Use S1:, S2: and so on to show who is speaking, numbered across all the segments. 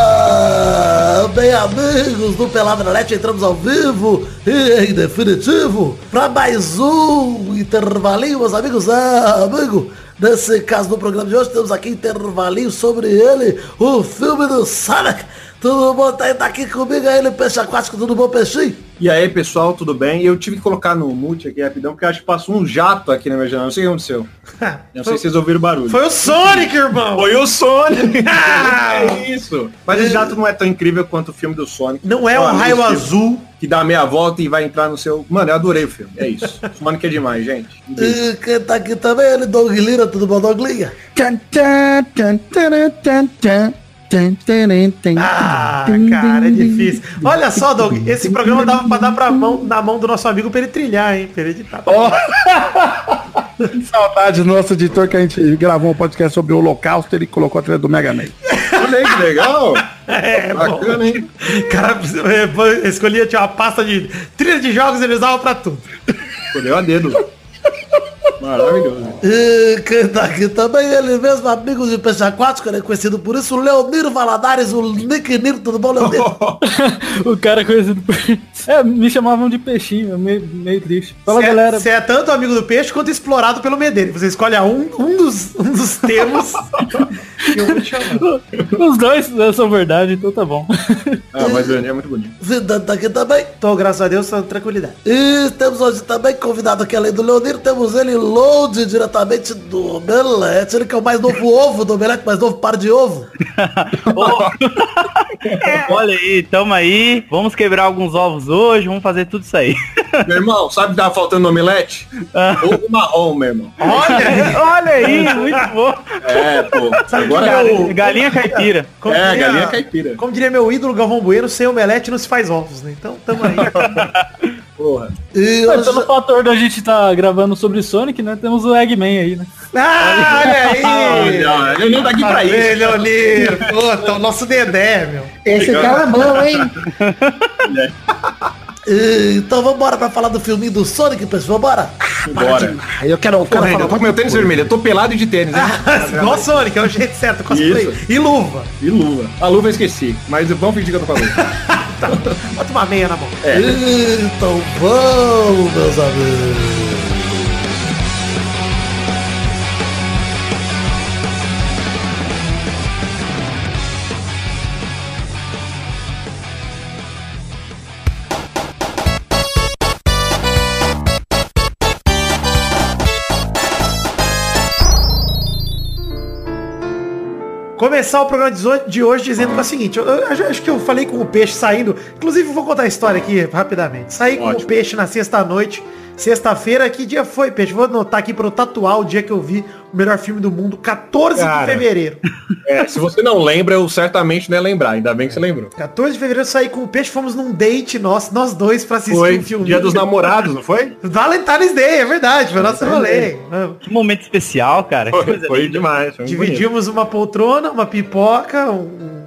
S1: Ah, bem amigos do Peladronete, entramos ao vivo e em definitivo para mais um intervalinho, meus amigos. Ah, amigo, nesse caso do programa de hoje, temos aqui intervalinho sobre ele, o filme do Sonic. Tudo bom? Tá, tá aqui comigo aí, ele, peixe aquático, tudo bom, peixinho?
S2: E aí, pessoal, tudo bem? Eu tive que colocar no mute aqui rapidão, porque eu acho que passou um jato aqui na minha janela. Não sei o que aconteceu. Não sei se vocês ouviram o barulho.
S3: Foi o Sonic, irmão!
S2: Foi o Sonic! é isso! Mas o jato não é tão incrível quanto o filme do Sonic.
S3: Não é um
S2: Olha,
S3: raio
S2: esse filme
S3: azul.
S2: Que dá a meia volta e vai entrar no seu... Mano, eu adorei o filme. É isso. Sonic é demais, gente. Um beijo.
S1: E quem tá aqui também, ele, Doug Lira, tudo bom, Doug Lira?
S3: Ah, cara, é difícil. Olha só, Doug, esse programa dava pra dar pra mão, na mão do nosso amigo pra ele trilhar, hein? Pra ele editar.
S4: Saudade do nosso editor que a gente gravou um podcast sobre o holocausto, ele colocou a trilha do Mega Man.
S2: Olha aí que legal.
S3: É, bom.
S2: Bacana, hein?
S3: Cara, eu escolhia tinha uma pasta de trilha de jogos, ele usava pra tudo.
S2: Escolheu a dedo. Maravilhoso.
S1: E quem tá aqui também, ele mesmo, amigo de peixe aquático, ele é conhecido por isso, Leonir Valadares, o Nick Niro, tudo bom, Leonir?
S5: O cara conhecido por... É, me chamavam de peixinho, é meio, meio triste. Fala,
S3: Você é-
S5: galera.
S3: Você é tanto amigo do peixe quanto explorado pelo Medeiros. Você escolhe a um, um, dos, um dos termos que eu vou te chamar.
S5: Os dois né, são verdade, então tá bom.
S2: Ah, mas o Leonir é muito bonito.
S1: Vidante tá aqui também.
S3: Tô, Então, graças a Deus, tô tranquilidade.
S1: E temos hoje também convidado aqui, além do Leonir, temos ele, Load, diretamente do Omelete, ele que é o mais novo ovo do Omelete, mais novo par de ovo.
S6: Olha aí, tamo aí. Vamos quebrar alguns ovos hoje, vamos fazer tudo isso aí.
S2: Meu irmão, sabe o que tava faltando no omelete?
S3: Ah.
S2: Ovo marrom, meu irmão.
S6: Olha aí, muito bom.
S2: É, pô. Agora
S3: que eu-
S6: Galinha caipira.
S3: Como
S2: É,
S3: diria-
S2: galinha caipira.
S3: Como diria meu ídolo Galvão Bueno, sem omelete não se faz ovos, né? Então tamo aí.
S2: Porra.
S1: E
S5: Mas
S1: hoje-
S5: Pelo fator da gente tá gravando sobre Sonic, né? Temos o Eggman aí, né?
S3: ah, olha aí!
S2: Olha, ele não tá aqui pra
S3: Ei,
S2: isso.
S3: Leonir, puta, o nosso Dedé, meu.
S7: Esse cara é bom, hein?
S1: e- então vambora pra falar do filminho do Sonic, pessoal, bora?
S2: Bora.
S4: Aí eu quero, eu quero
S2: Correndo, eu tô com Ah. meu tênis vermelho. Eu tô pelado de tênis, hein?
S3: Igual Sonic, é o jeito certo, cosplay.
S2: Isso.
S3: E luva.
S2: E luva. A luva eu esqueci. Mas vamos fingir que eu tô com a luva.
S3: Bota uma meia na mão.
S1: Então vamos, meus amigos.
S3: Começar o programa de zo- de hoje dizendo que é o seguinte, eu, eu acho- acho que eu falei com o peixe saindo, inclusive vou contar a história aqui rapidamente. Saí com o
S2: Ótimo.
S3: peixe na sexta-noite, sexta-feira, que dia foi, peixe? Vou anotar aqui pra eu tatuar o dia que eu vi o melhor filme do mundo, 14
S2: Cara.
S3: de fevereiro.
S2: É, se você não lembra, eu certamente não ia lembrar. Ainda bem que você lembrou.
S3: 14 de fevereiro eu saí com o peixe, fomos num date nós, nós dois, pra assistir
S2: Foi
S3: um filme.
S2: dia dos namorados, não foi?
S3: Valentine's Day, é verdade, foi nosso rolê. Vamos.
S6: Que momento especial, cara. Que
S2: Foi,
S3: é,
S6: coisa
S2: foi
S6: linda.
S2: demais. Foi um muito É bonito.
S3: Dividimos uma poltrona, uma pipoca, um,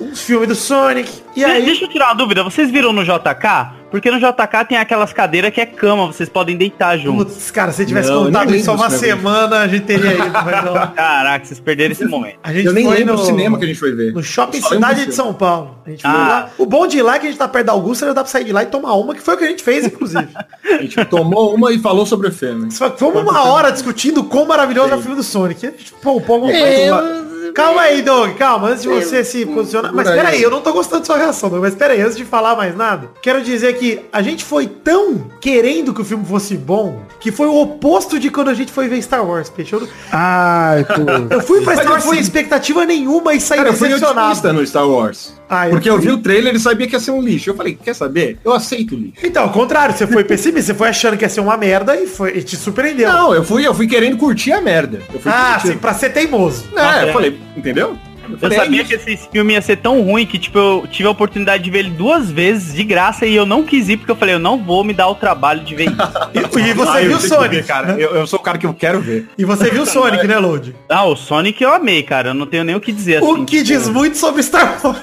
S3: um filme do Sonic. E
S6: De-
S3: aí,
S6: Deixa eu tirar uma dúvida, vocês viram no JK? Porque no JK tem aquelas cadeiras que é cama, vocês podem deitar junto.
S3: Putz, cara, se tivesse
S2: um Não,
S3: contado
S2: nem né,
S3: isso há
S2: lembro
S3: uma
S2: desse negócio.
S3: semana, a gente teria ido, mas não.
S6: Caraca, vocês perderam esse momento.
S3: A gente
S2: Eu nem
S3: foi
S2: lembro
S3: no,
S2: o cinema que a gente foi ver.
S3: No shopping
S2: Só lembro do
S3: Cidade de
S2: filme.
S3: São Paulo. A gente foi
S6: Ah.
S3: lá. O bom de ir lá é que a gente tá perto da Augusta, já dá pra sair de lá e tomar uma, que foi o que a gente fez, inclusive.
S2: A gente tomou uma e falou sobre o filme.
S3: Só que Fomos uma hora discutindo quão maravilhoso é o filme do Sonic. tipo, A gente poupou alguma coisa. Calma aí, Doug, calma. Antes de você se posicionar. Mas
S2: Por aí.
S3: peraí, eu não tô gostando da sua reação, Doug. Mas peraí, antes de falar mais nada, quero dizer que a gente foi tão querendo que o filme fosse bom que foi o oposto de quando a gente foi ver Star Wars, Peixe. Eu, não-
S4: Ai, pô.
S3: eu fui pra
S2: Mas
S3: Star
S2: eu
S3: Wars
S2: fui-
S3: sem expectativa nenhuma e saí
S2: Cara, eu fui
S3: decepcionado.
S2: otimista no Star Wars.
S3: Ah, eu
S2: porque eu vi o trailer e sabia que ia ser um lixo. Eu falei, quer saber? Eu aceito o lixo.
S3: Então, ao contrário, você foi pessimista, você foi achando que ia ser uma merda e, foi, e te surpreendeu.
S2: Não, eu fui, eu fui querendo curtir a merda. Eu fui
S3: ah,
S2: curtir.
S3: sim, pra ser teimoso.
S2: É, eu falei, entendeu?
S6: Eu sabia que esse filme ia ser tão ruim que, tipo, eu tive a oportunidade de ver ele duas vezes de graça e eu não quis ir porque eu falei, eu não vou me dar o trabalho de ver isso.
S3: E, e você
S2: Ah, eu tenho
S3: viu
S2: que
S3: Sonic,
S2: ver, cara. Eu, eu sou o cara que eu quero ver.
S3: E você viu Sonic, né, Load?
S6: Ah, o Sonic eu amei, cara. Eu não tenho nem o que dizer assim.
S3: O que diz muito sobre Star Wars.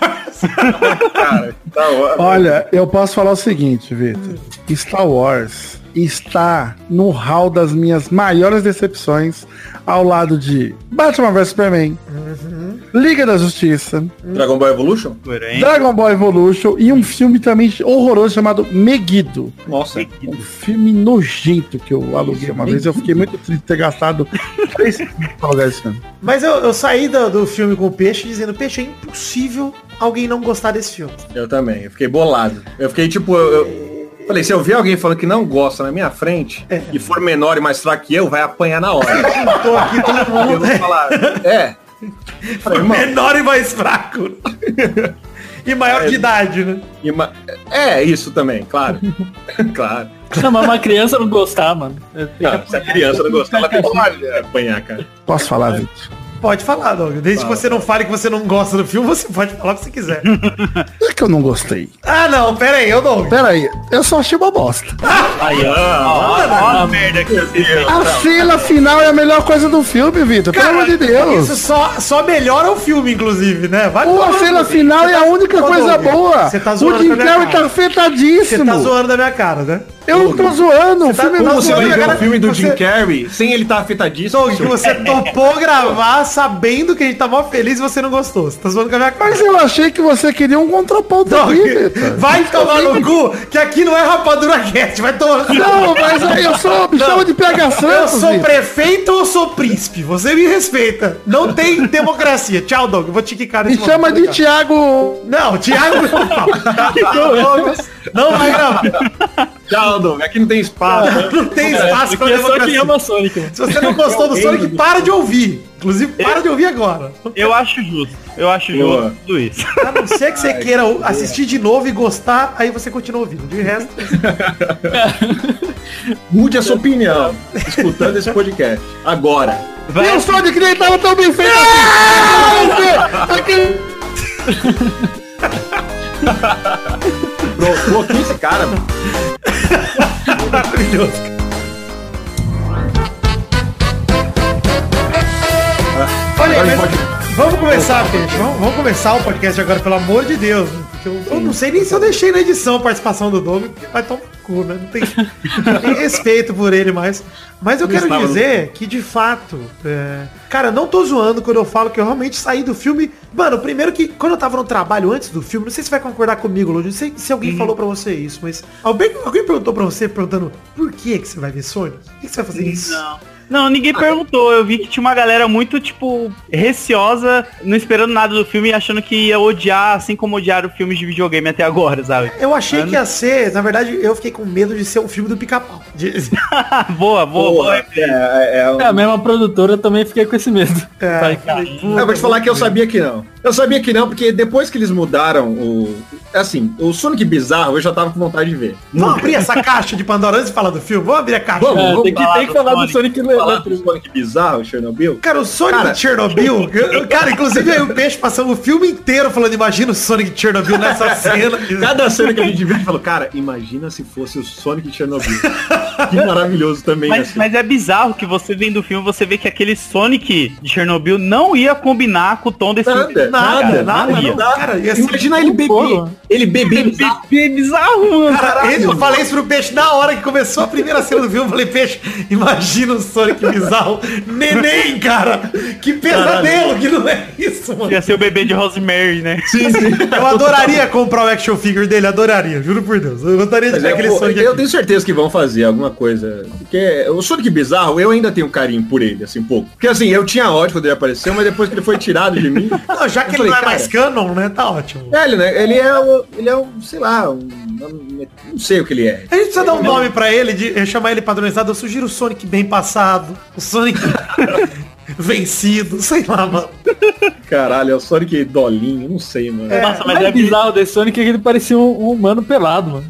S2: Cara, então, da hora.
S4: Olha, eu posso falar o seguinte, Vitor. Star Wars está no hall das minhas maiores decepções ao lado de Batman vs Superman, Liga da Justiça,
S2: Dragon Ball Evolution?
S6: Coerente.
S4: Dragon Ball Evolution e um filme também horroroso chamado Meguido.
S2: Nossa.
S4: Um filme nojento que eu aluguei uma vez. Eu fiquei muito triste de ter gastado três pra alugar esse filme.
S3: Mas eu, eu saí do, do filme com o Peixe dizendo, Peixe, é impossível alguém não gostar desse filme.
S2: Eu também. Eu fiquei bolado. Eu fiquei tipo. Eu, eu- Falei, se eu ver alguém falando que não gosta na minha frente e for menor e mais fraco que eu, vai apanhar na hora.
S3: Tô aqui todo
S2: eu
S3: mundo.
S2: vou falar. É. Falei, irmão,
S3: Menor e mais fraco. E
S4: É.
S3: maior de idade, né?
S2: e ma- É, isso também, claro. claro.
S5: Não, mas uma criança não gostar, mano.
S2: Não, se a criança não gostar, ela tem que apanhar, cara.
S4: Posso falar, Vitor?
S3: Pode falar, Doug. Desde que você não fale que você não gosta do filme, você pode falar o que você quiser.
S4: Não É que eu não gostei.
S3: ah, não, pera aí, eu Doug.
S4: Pera aí, eu só achei uma bosta.
S6: Aí, ó. Ó, ó a merda que você fez.
S4: A fila final é a melhor coisa do filme, Vitor. Pelo amor de Deus.
S3: Isso só, só melhora o filme, inclusive, né? Vai
S4: Pô,
S3: tomar
S4: a
S3: no cu.
S4: cena final
S3: Você
S4: é a
S3: tá-
S4: única
S3: Ô,
S4: coisa
S3: Doug,
S4: boa.
S3: Você tá
S4: o
S3: zoando
S4: Jim
S3: com a minha
S4: Carrey tá
S3: cara. Você
S4: afetadíssimo.
S3: tá zoando da minha cara, né?
S4: Eu não tô zoando. O
S3: tá-
S4: filme
S3: como
S4: tá
S2: Como você
S4: zoando.
S2: vai ver
S3: cara,
S2: um filme do
S3: você-
S2: Jim Carrey sem ele estar tá afetadíssimo?
S3: Doug, que você topou gravar sabendo que a gente tá mó feliz e você não gostou. Você tá zoando com a minha cara.
S4: Mas eu achei que você queria um contraponto
S3: Doug,
S4: aqui, Vitor. tá
S3: vai tomar no cu, que aqui não é rapadura cast, vai tomar no cu.
S4: Não, mas aí eu sou, me chama de PH
S3: Eu
S4: Santos.
S3: sou
S4: Vitor.
S3: prefeito ou sou príncipe? Você me respeita. Não tem democracia. Tchau, Doug. Eu Vou te quicar
S4: Me
S3: nesse
S4: chama
S3: momento.
S4: de Thiago.
S3: Não, Thiago não. Douglas não vai gravar.
S2: Tchau, Doug. Aqui não tem espaço.
S3: Não tem espaço pra
S5: Porque é só quem
S3: democracia.
S5: ama Sonic, mano.
S3: Se você não gostou do Sonic, para de ouvir. Inclusive, para de ouvir agora.
S6: Eu acho justo. Eu acho
S2: Boa.
S6: justo tudo isso.
S3: A não ser que você queira assistir de novo e gostar, aí você continua ouvindo. De resto,
S2: Mude a sua opinião escutando esse podcast. Agora.
S6: Vai,
S4: Eu sou de que nem tava tão bem feito
S3: Ah!
S4: assim. Aquele-
S2: Blo- Bloqueia esse cara, mano.
S3: maravilhoso. Olha, aí,
S2: Agora
S3: É, mas vamos começar, Peixe. Vamos, vamos começar o podcast agora, pelo amor de Deus. né? Porque Eu, eu não sei nem se eu deixei na edição a participação do Doug, porque vai tomar no cu, né? Não tem, não tem respeito por ele mais. Mas eu quero
S2: estava no-
S3: dizer que, de fato, é, cara, não tô zoando quando eu falo que eu realmente saí do filme. Mano, primeiro que quando eu tava no trabalho antes do filme, não sei se vai concordar comigo, Lodi, não sei se alguém falou pra você isso, mas alguém, alguém perguntou pra você, perguntando por que que você vai ver Sonic? Por que, que você vai fazer isso?
S6: Não. Não, ninguém perguntou. Eu vi que tinha uma galera muito, tipo, receosa, não esperando nada do filme e achando que ia odiar, assim como odiaram filmes de videogame até agora, sabe?
S3: Eu achei que ia ser, na verdade, eu fiquei com medo de ser um filme do pica-pau. De-
S6: boa, boa, boa.
S2: Porra, é, é, é um-
S5: É, a mesma produtora eu também fiquei com esse medo.
S3: É,
S5: Falei,
S3: eu
S5: cara,
S3: falei,
S2: Ah, Eu vou te falar que eu sabia que não. Eu sabia que não, porque depois que eles mudaram o. Assim, o Sonic Bizarro eu já tava com vontade de ver.
S3: Vamos abrir essa caixa de Pandora antes de falar do filme? Vamos abrir a caixa.
S2: Vamos,
S5: é,
S2: vamos
S5: tem, que,
S6: falar
S5: tem
S6: do
S5: que falar do Sonic né,
S2: falar do
S5: Elétrico.
S2: Sonic Bizarro, Chernobyl.
S3: Cara, o Sonic
S2: Cara.
S3: de Chernobyl. eu- Cara, inclusive aí o Peixe passando o filme inteiro falando, imagina o Sonic de Chernobyl nessa cena.
S2: Cada cena que a gente viu, a gente falou, cara, imagina se fosse o Sonic de Chernobyl. que maravilhoso também,
S6: Mas,
S2: assim.
S6: mas é bizarro que você vendo o filme, você vê que aquele Sonic de Chernobyl não ia combinar com o tom desse
S2: Nada,
S6: filme.
S3: Nada,
S6: cara,
S3: nada, não.
S6: não ia.
S3: Cara, ia ser um
S2: Imagina ele bebê.
S5: Porra.
S2: Ele bebê bizarro.
S6: É bizarro, mano.
S3: Caralho, eu falei isso pro Peixe na hora que começou a primeira cena do filme. Eu falei, Peixe, imagina o Sonic bizarro. Neném, cara. Que pesadelo que não é isso, mano.
S6: Ia ser o bebê de Rosemary, né?
S3: Eu adoraria comprar o action figure dele, adoraria, juro por Deus. Eu gostaria de
S2: Mas
S3: ver
S2: é,
S3: aquele
S2: pô,
S3: Sonic.
S2: eu
S3: aqui.
S2: tenho certeza que vão fazer alguma coisa. Porque o Sonic Bizarro, eu ainda tenho carinho por ele, assim, pouco. Porque assim, eu tinha ódio quando ele apareceu, mas depois que ele foi tirado de mim.
S3: Não, já
S2: eu
S3: que ele
S2: falei,
S3: não é
S2: cara,
S3: mais canon, né? Tá ótimo.
S2: É, ele, né? Ele é o. Ele é um, sei lá, um, não sei o que ele é.
S3: A gente precisa dar um nome pra ele, de, eh, chamar ele padronizado. Eu sugiro o Sonic bem passado, o Sonic vencido, sei lá, mano.
S2: Caralho, é o Sonic Dolinho, não sei, mano. É,
S6: Nossa, mas
S5: Mas é
S6: é bizarro.
S5: bizarro desse Sonic é que ele parecia um, um humano pelado, mano.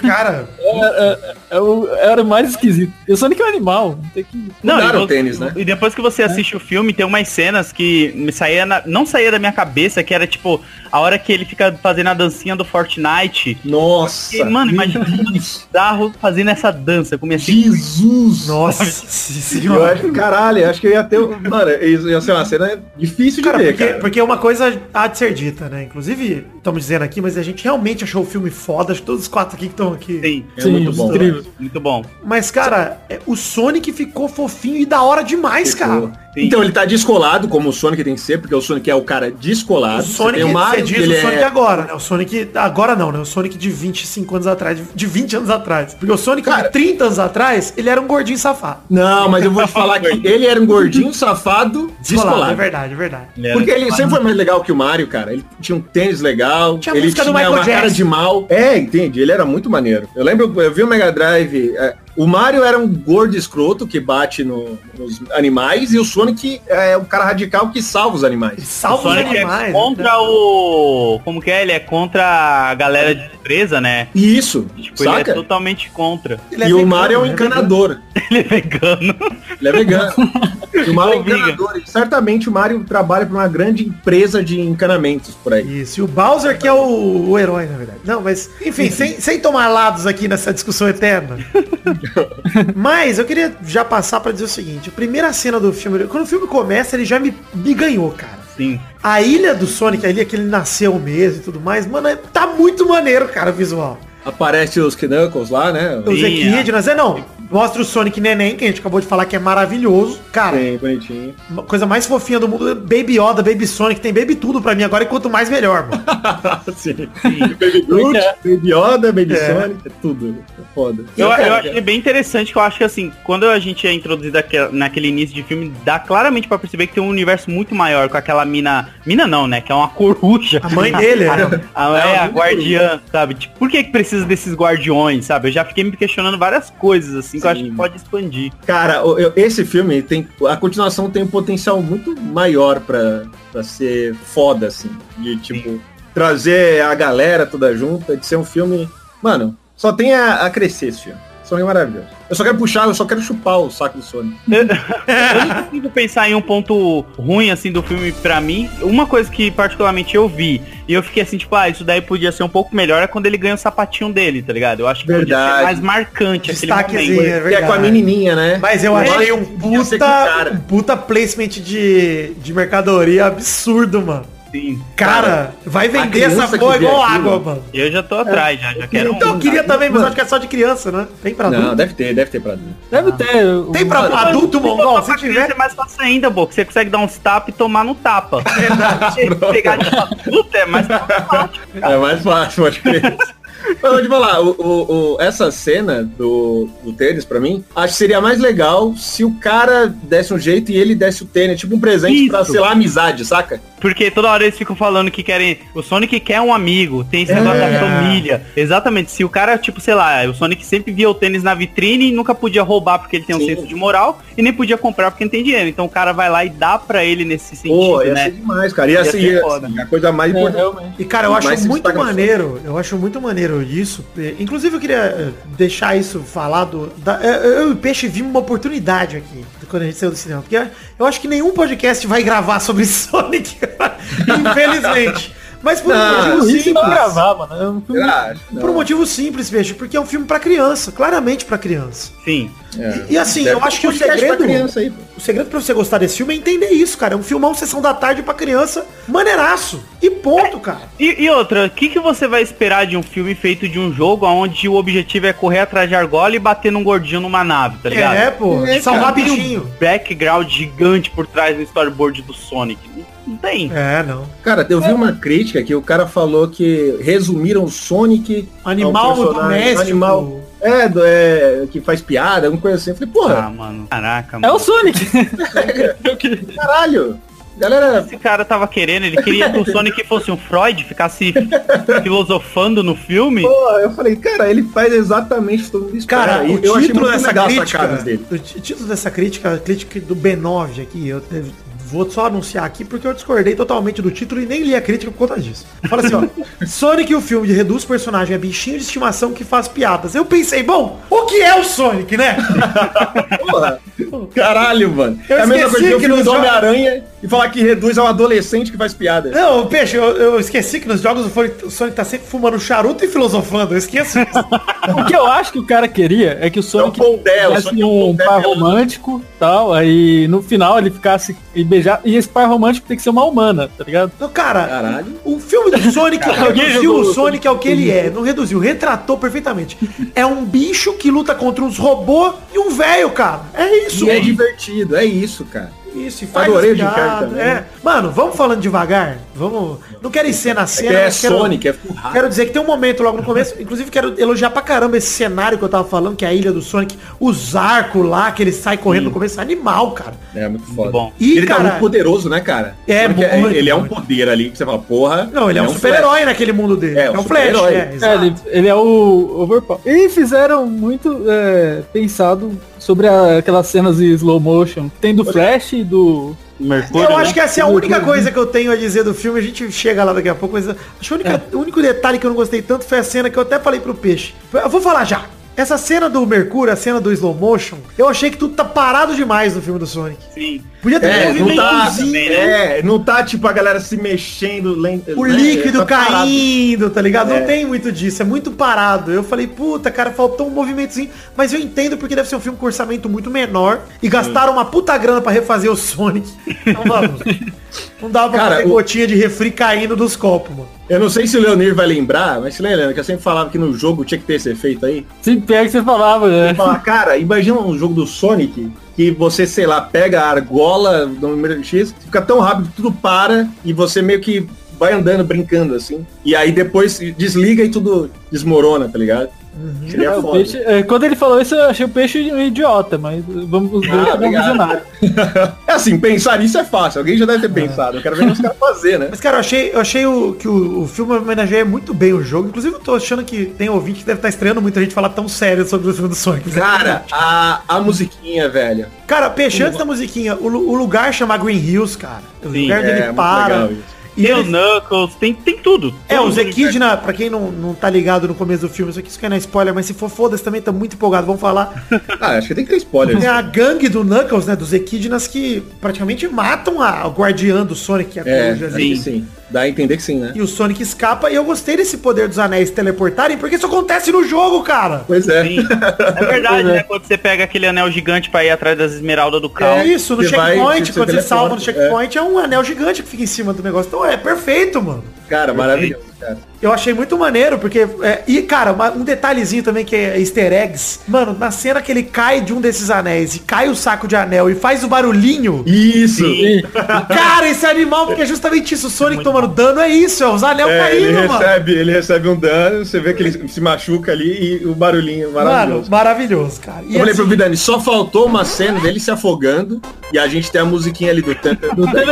S3: Cara,
S5: É, é, É o- era o mais esquisito. E o Sonic é um animal. Tem que...
S2: Mudaram
S6: e
S2: o tênis, né?
S6: E depois que você assiste o filme, tem umas cenas que me saía na- não saía da minha cabeça, que era tipo, a hora que ele fica fazendo a dancinha do Fortnite.
S2: Nossa.
S6: E, mano, imagina o Darro fazendo essa dança. Comecei
S2: Jesus.
S3: Nossa
S2: Eu
S3: senhora.
S2: acho que, caralho, eu acho que eu ia ter. um- Mano, eu ia ser uma cena difícil de
S3: Cara,
S2: ver,
S3: porque,
S2: cara.
S3: porque uma coisa há de ser dita, né? Inclusive, estamos dizendo aqui, mas a gente realmente achou o filme foda, acho que todos os quatro aqui que estão aqui.
S6: assim,
S2: É muito bom.
S5: incrível.
S6: muito bom.
S3: Mas, cara, é- o Sonic ficou fofinho e da hora demais,
S2: Ficou.
S3: cara.
S6: Sim.
S2: Então ele tá descolado, como o Sonic tem que ser, porque o Sonic é o cara
S3: O
S2: descolado.
S3: Sonic,
S2: tem uma
S3: você
S2: área que
S3: diz
S2: ele
S3: o Sonic
S2: é...
S3: agora, né? O Sonic, agora não, né? O Sonic de 25 anos atrás, de 20 anos atrás. Porque o Sonic
S2: Cara-
S3: de 30 anos atrás, ele era um gordinho safado.
S2: Não, mas eu vou te falar que ele era um gordinho safado
S3: É
S2: descolado.
S3: verdade, é verdade.
S2: Porque ele sempre foi mais legal que o Mario, cara. Ele tinha um tênis legal,
S3: Tinha a
S2: ele
S3: música
S2: tinha
S3: do
S2: uma
S3: Michael
S2: cara
S3: Jackson.
S2: de mal. É, entende? Ele era muito maneiro. Eu lembro, eu vi o Mega Drive. é, o Mario era um gordo escroto que bate no- nos animais e o Sonic é um cara radical que salva os
S3: Ele
S2: animais.
S3: salva os
S6: Sonic é
S3: animais. né?
S6: contra o. Como que é? Ele é contra a galera de empresa, né?
S2: E isso,
S6: Tipo, ele é
S2: saca?
S6: totalmente contra.
S3: Ele é
S2: e o
S3: vegano,
S2: Mario é um
S3: né?
S2: encanador.
S6: Ele é vegano.
S2: Ele é vegano. E o Mario é
S6: Obriga.
S2: encanador. E certamente o Mario trabalha para uma grande empresa de encanamentos por aí.
S3: Isso, e o Bowser que é o, o herói, na verdade. Não, mas, enfim, sem, sem tomar lados aqui nessa discussão eterna. mas eu queria já passar pra dizer o seguinte, a primeira cena do filme, quando o filme começa, ele já me, me ganhou, cara.
S6: Sim.
S3: A ilha do Sonic, a ilha que ele nasceu mesmo e tudo mais, mano, é- tá muito maneiro, cara, o visual.
S2: Aparece os Knuckles lá, né?
S3: Os
S6: Sim,
S3: equidnas, é não, mostra o Sonic neném, que a gente acabou de falar que é maravilhoso. Cara,
S2: Bem bonitinho.
S3: uma coisa mais fofinha do mundo, é Baby Yoda, Baby Sonic, tem Baby tudo pra mim agora e quanto mais melhor, mano.
S2: Sim. Baby Groot, Baby Yoda, Baby Sonic, é tudo. É foda.
S6: Eu,
S2: Cara,
S6: eu achei bem interessante que eu acho que assim, quando a gente é introduzido aquela- naquele início de filme, dá claramente pra perceber que tem um universo muito maior com aquela mina. Mina não, né? Que é uma coruja.
S3: A mãe dele, né?
S6: A, é, a
S2: muito
S6: guardiã, sabe? Tipo, por que, que precisa desses guardiões, sabe? Eu já fiquei me questionando várias coisas, assim, que eu acho
S2: Sim.
S6: que pode expandir.
S2: Cara, eu- eu- esse filme tem. A continuação tem um potencial muito maior pra, pra ser foda, assim. De tipo, trazer a galera toda junta, de ser um filme. Mano, só tem a, a crescer esse filme. Esse filme é maravilhoso. Eu só quero puxar, eu só quero chupar o saco do Sonic.
S6: Eu não consigo pensar em um ponto ruim, assim, do filme pra mim. Uma coisa que particularmente eu vi, e eu fiquei assim, tipo, ah, isso daí podia ser um pouco melhor, é quando ele ganha o sapatinho dele, tá ligado? Eu acho que podia
S2: Verdade.
S6: ser mais marcante aquele
S3: Destaquezinho,
S6: momento.
S3: é
S2: Que é
S3: verdade.
S2: com a menininha, né?
S3: Mas eu achei
S2: acho
S3: um
S2: que podia ser com o
S3: puta,
S2: cara.
S3: um puta placement de, de mercadoria absurdo, mano.
S6: Sim.
S3: Cara, vai vender
S2: criança
S3: essa
S2: que
S3: porra
S2: vê
S3: igual
S2: aquilo-
S3: água, mano.
S6: Eu já tô atrás, já, já quero
S3: É. então, eu
S6: um.
S3: queria também, mas acho que é só de criança, né? Tem pra
S2: Não,
S3: adulto.
S2: deve ter, deve ter pra mim.
S5: Deve
S3: Ah.
S5: ter. o-
S3: Tem pra adulto, mongol? Se
S6: pra criança
S3: tiver,
S6: é mais fácil ainda, Bo, que você consegue dar uns tapas e tomar no tapa.
S3: É
S6: Pegar de adulto é mais fácil.
S2: É mais fácil, pode crer. Mas vou te falar, o- o- o- essa cena do, do tênis, pra mim, acho que seria mais legal se o cara desse um jeito e ele desse o tênis, tipo um presente pra,
S6: Isso.
S2: sei lá, amizade, saca?
S6: Porque toda hora eles ficam falando que querem. O Sonic quer um amigo, tem esse negócio
S2: É.
S6: da família. Exatamente. Se o cara, tipo, sei lá, o Sonic sempre via o tênis na vitrine e nunca podia roubar porque ele tem um
S2: Sim.
S6: senso de moral e nem podia comprar porque não tem dinheiro. Então o cara vai lá e dá pra ele nesse sentido,
S2: Pô, ia ser
S6: né?
S2: demais, cara. Ia,
S6: Ia
S2: ser,
S6: ser
S2: ia-
S6: foda.
S2: assim, a coisa mais
S5: É,
S2: importante.
S5: realmente.
S3: E cara, eu
S2: Mas tá
S3: acho
S2: se
S3: muito
S2: destaca no
S3: maneiro, eu acho muito maneiro isso. É, Inclusive eu queria é, deixar isso falado. da- é, Eu e o Peixe vimos uma oportunidade aqui quando a gente saiu do cinema. Porque eu acho que nenhum podcast vai gravar sobre Sonic, infelizmente. Mas por um
S2: Não,
S3: motivo
S5: Eu ri se
S3: simples.
S5: não gravar, mano. É um filme-
S2: Eu acho, não.
S3: Por um motivo simples, Peixe, porque é um filme pra criança, claramente pra criança.
S6: Sim.
S2: É.
S3: E assim,
S2: Deve
S3: eu acho que o
S2: ter um podcast pra
S3: segredo,
S2: criança aí, pô.
S3: o segredo pra você gostar desse filme é entender isso, cara. É um filmão sessão da tarde pra criança, maneiraço. E ponto, cara.
S6: E, e outra, o que, que você vai esperar de um filme feito de um jogo onde o objetivo é correr atrás de argola e bater num gordinho numa nave, tá ligado? um
S3: É, pô.
S2: É, cara.
S3: salvar bichinho.
S6: Background gigante por trás do storyboard do Sonic. Não- Não tem.
S3: É, não.
S2: Cara, eu vi uma crítica que o cara falou que resumiram o Sonic. a um
S3: Animal
S2: personagem-
S3: doméstico.
S2: Animal. É, do- é, que faz piada, alguma coisa assim. Eu falei, porra,
S6: Ah, mano. Caraca,
S5: É
S6: mano.
S5: o Sonic. Eu que-
S2: caralho. Galera,
S6: Esse cara tava querendo, ele queria que o Sonic fosse um Freud, ficasse filosofando no filme.
S2: Pô, eu falei, cara, ele faz exatamente tudo isso.
S3: Cara,
S2: eu,
S3: o
S2: eu achei
S3: título
S2: muito
S3: dessa
S2: legal essa
S3: crítica,
S2: cara dele.
S3: o t- título dessa crítica, a crítica do B9 aqui, eu te- vou só anunciar aqui porque eu discordei totalmente do título e nem li a crítica por conta disso. Fala assim, ó. Sonic, o filme de reduz personagem a bichinho de estimação que faz piadas. Eu pensei, bom, o que é o Sonic, né?
S2: Porra. Caralho, mano.
S3: Eu
S2: é a mesma
S3: esqueci
S2: coisa que eu
S3: que
S2: filme
S3: nos
S2: do
S3: jo-
S2: Homem-Aranha e falar que reduz a um adolescente que faz piada.
S3: Não, peixe, eu, eu esqueci que nos jogos o Fone- o Sonic tá sempre fumando charuto e filosofando. Eu esqueço disso.
S5: O que eu acho que o cara queria é que o Sonic
S2: É o Pondé, o
S5: tivesse
S2: Sonic é o
S5: um
S2: Pondé
S5: par
S2: pelado.
S5: romântico tal, aí no final ele ficasse e beijar. E esse par romântico tem que ser uma humana, tá ligado?
S3: Então, cara,
S2: Caralho.
S3: o filme do Sonic
S5: Alguém
S3: reduziu
S5: jogou
S3: o
S5: o
S3: Sonic ao que ele é. Não reduziu, retratou perfeitamente. É um bicho que luta contra uns robôs e um velho, cara. É isso,
S2: E é
S3: mano.
S2: divertido, é isso, cara.
S3: Isso, e faz
S2: Adorei
S3: as
S2: o Jim Carrey
S3: piadas,
S2: também. né?
S3: é. Mano, vamos falando devagar. Vamos. Não quero ir cena a
S2: É,
S3: cena.
S2: que é
S3: mas quero-
S2: Sonic, é furrado.
S3: Quero dizer que tem um momento logo no começo, inclusive quero elogiar pra caramba esse cenário que eu tava falando, que é a ilha do Sonic, os arcos lá, que ele sai correndo no começo, é animal, cara.
S2: É muito foda.
S6: bom.
S3: Ih,
S2: ele
S3: cara.
S2: tá muito poderoso, né, cara?
S3: É,
S2: Porque
S3: muito,
S2: ele é um
S3: muito.
S2: poder ali que você fala, porra.
S3: Não, ele é, um
S2: flash.
S3: super-herói naquele mundo dele.
S2: É,
S3: É,
S2: um
S3: um Flash,
S2: super-herói.
S3: é,
S5: É,
S3: exato.
S5: ele, ele é o Overpower. E fizeram muito é, pensado sobre a- aquelas cenas de slow motion. que Tem do Flash e do.
S6: Mercúrio,
S3: Eu
S6: né?
S3: acho que essa é a única coisa que eu tenho a dizer do filme, a gente chega lá daqui a pouco, mas acho que a única- o único detalhe que eu não gostei tanto foi a cena que eu até falei pro Peixe. Eu vou falar já. Essa cena do Mercúrio, a cena do slow motion, eu achei que tudo tá parado demais no filme do Sonic.
S6: Sim.
S3: Podia ter
S2: É, não tá,
S3: movimentozinho,
S2: é, não tá tipo a galera se mexendo lento.
S3: O
S2: né?
S3: líquido
S2: Tá parado.
S3: caindo, tá ligado? Não
S2: É.
S3: tem muito disso, é muito parado. Eu falei, puta, cara, faltou um movimentozinho. Mas eu entendo porque deve ser um filme com orçamento muito menor e gastaram uma puta grana pra refazer o Sonic. Então vamos. Não dava pra
S2: Cara,
S3: fazer
S2: o-
S3: gotinha de refri caindo dos copos, mano.
S2: Eu não sei se o Leonir vai lembrar, mas se lembra, Leonir, que eu sempre falava que no jogo tinha que ter esse efeito aí.
S5: Se pega que você falava, né?
S2: Eu falava, cara, imagina um jogo do Sonic que você, sei lá, pega a argola do número X, fica tão rápido que tudo para e você meio que vai andando, brincando, assim. E aí depois desliga e tudo desmorona, tá ligado? Seria
S5: É, o
S2: foda.
S5: peixe- é, quando ele falou isso, eu achei o peixe um idiota, mas vamos os dois
S2: Ah,
S5: ah,
S2: obrigado.
S5: visionário.
S2: É assim, pensar nisso é fácil. Alguém já deve ter pensado. Eu quero ver os caras fazer, né?
S3: Mas, cara, eu achei, eu achei o, que o, o filme homenageia muito bem o jogo. Inclusive, eu tô achando que tem ouvinte que deve estar estranhando muita gente falar tão sério sobre o filme do Sonic. né?
S2: Cara, a, a musiquinha, velho.
S3: Cara, peixe, antes da musiquinha, o, lu- o lugar chama Green Hills, cara. O
S6: Sim,
S3: lugar dele
S2: é, muito
S3: para.
S2: legal isso.
S3: E
S6: Tem o
S3: ele
S6: Knuckles, tem, tem tudo.
S3: É, o
S6: Todos
S3: Zé
S6: os-
S3: Kidna, pra quem não, não tá ligado no começo do filme, isso aqui isso cai na spoiler, mas se for foda-se também, tá muito empolgado, vamos falar.
S2: Ah, acho que tem que ter spoiler.
S3: É a gangue do Knuckles, né, dos Equidnas, que praticamente matam a, o guardiã do Sonic, que é a
S2: É,
S3: coruja
S2: acho
S3: ali.
S2: que sim. Dá a entender que sim, né?
S3: E o Sonic escapa, e eu gostei desse poder dos anéis teleportarem, porque isso acontece no jogo, cara!
S2: Pois é.
S6: Sim. É verdade, né? Quando você pega aquele anel gigante pra ir atrás das esmeraldas do carro.
S3: É isso, no
S2: Você vai,
S3: checkpoint,
S2: você
S3: quando você
S2: teleporta,
S3: salva no
S2: é.
S3: checkpoint, é. um anel gigante que fica em cima do negócio. Então é perfeito, mano.
S2: Cara, maravilhoso, cara.
S3: Eu achei muito maneiro, porque. é, e, cara, uma- um detalhezinho também que é easter eggs. Mano, na cena que ele cai de um desses anéis e cai o saco de anel e faz o barulhinho.
S2: Isso! Tá
S3: cara, esse animal, porque é justamente isso. O Sonic tomando dano é isso, é os anel
S2: É, ele,
S3: caindo, mano.
S2: recebe, ele recebe um dano, você vê que ele se machuca ali e o barulhinho é
S3: Mano,
S2: maravilhoso.
S3: maravilhoso, cara. E
S2: eu falei
S3: assim,
S2: pro Vidani, só faltou uma cena dele se afogando e a gente tem a musiquinha ali do tanto.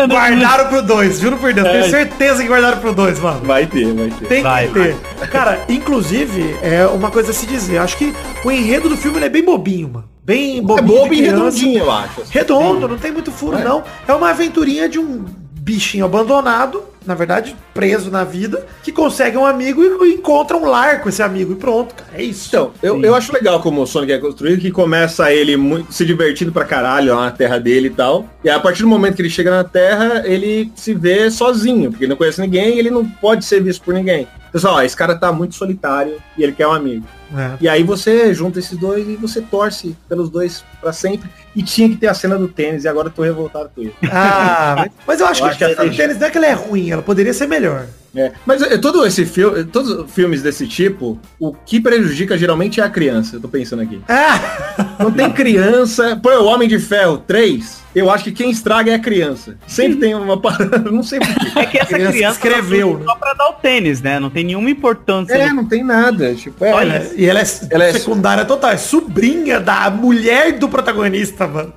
S3: guardaram pro dois, juro por Deus. Tenho certeza que guardaram pro dois, mano.
S2: Vai ter, É. vai ter.
S3: Tem
S6: Vai,
S3: que ter. Cara, inclusive, é uma coisa a se dizer. Acho que o enredo do filme ele é bem bobinho, mano. Bem
S2: É
S3: bobinho.
S2: bobo
S3: de
S2: e
S3: criança.
S2: redondinho, eu acho. assim.
S3: Redondo, não tem muito furo, não. É uma aventurinha de um bichinho abandonado, na verdade, preso na vida, que consegue um amigo e e encontra um lar com esse amigo. E pronto, cara, é isso.
S2: Então, eu, eu acho legal como o Sonic é construído, que começa ele muito, se divertindo pra caralho lá na terra dele e tal. E aí, a partir do momento que ele chega na terra, ele se vê sozinho, porque ele não conhece ninguém e ele não pode ser visto por ninguém. Pessoal, ó, esse cara tá muito solitário e ele quer um amigo.
S3: É.
S2: E aí você junta esses dois e você torce pelos dois pra sempre. E tinha que ter a cena do tênis, e agora eu tô revoltado com isso.
S3: Ah, mas, mas eu acho
S2: Eu
S3: que,
S2: acho que
S3: a
S2: essa-
S3: cena do tênis não é que ela é ruim, ela poderia ser melhor.
S2: É, Mas é, todo esse filme, todos os filmes desse tipo, o que prejudica geralmente é a criança, eu tô pensando aqui.
S3: Ah,
S2: Não tem criança. Pô, é o Homem de Ferro 3, eu acho que quem estraga é a criança. Sempre tem uma parada, não sei porquê.
S6: É que essa
S3: criança
S6: criança,
S3: escreveu,
S6: ela surge só pra dar o tênis, né? Não tem nenhuma importância.
S2: É, não tem nada. Tipo, é,
S3: olha, e ela é,
S2: Ela é-
S3: secundária total, é sobrinha da mulher do protagonista, mano.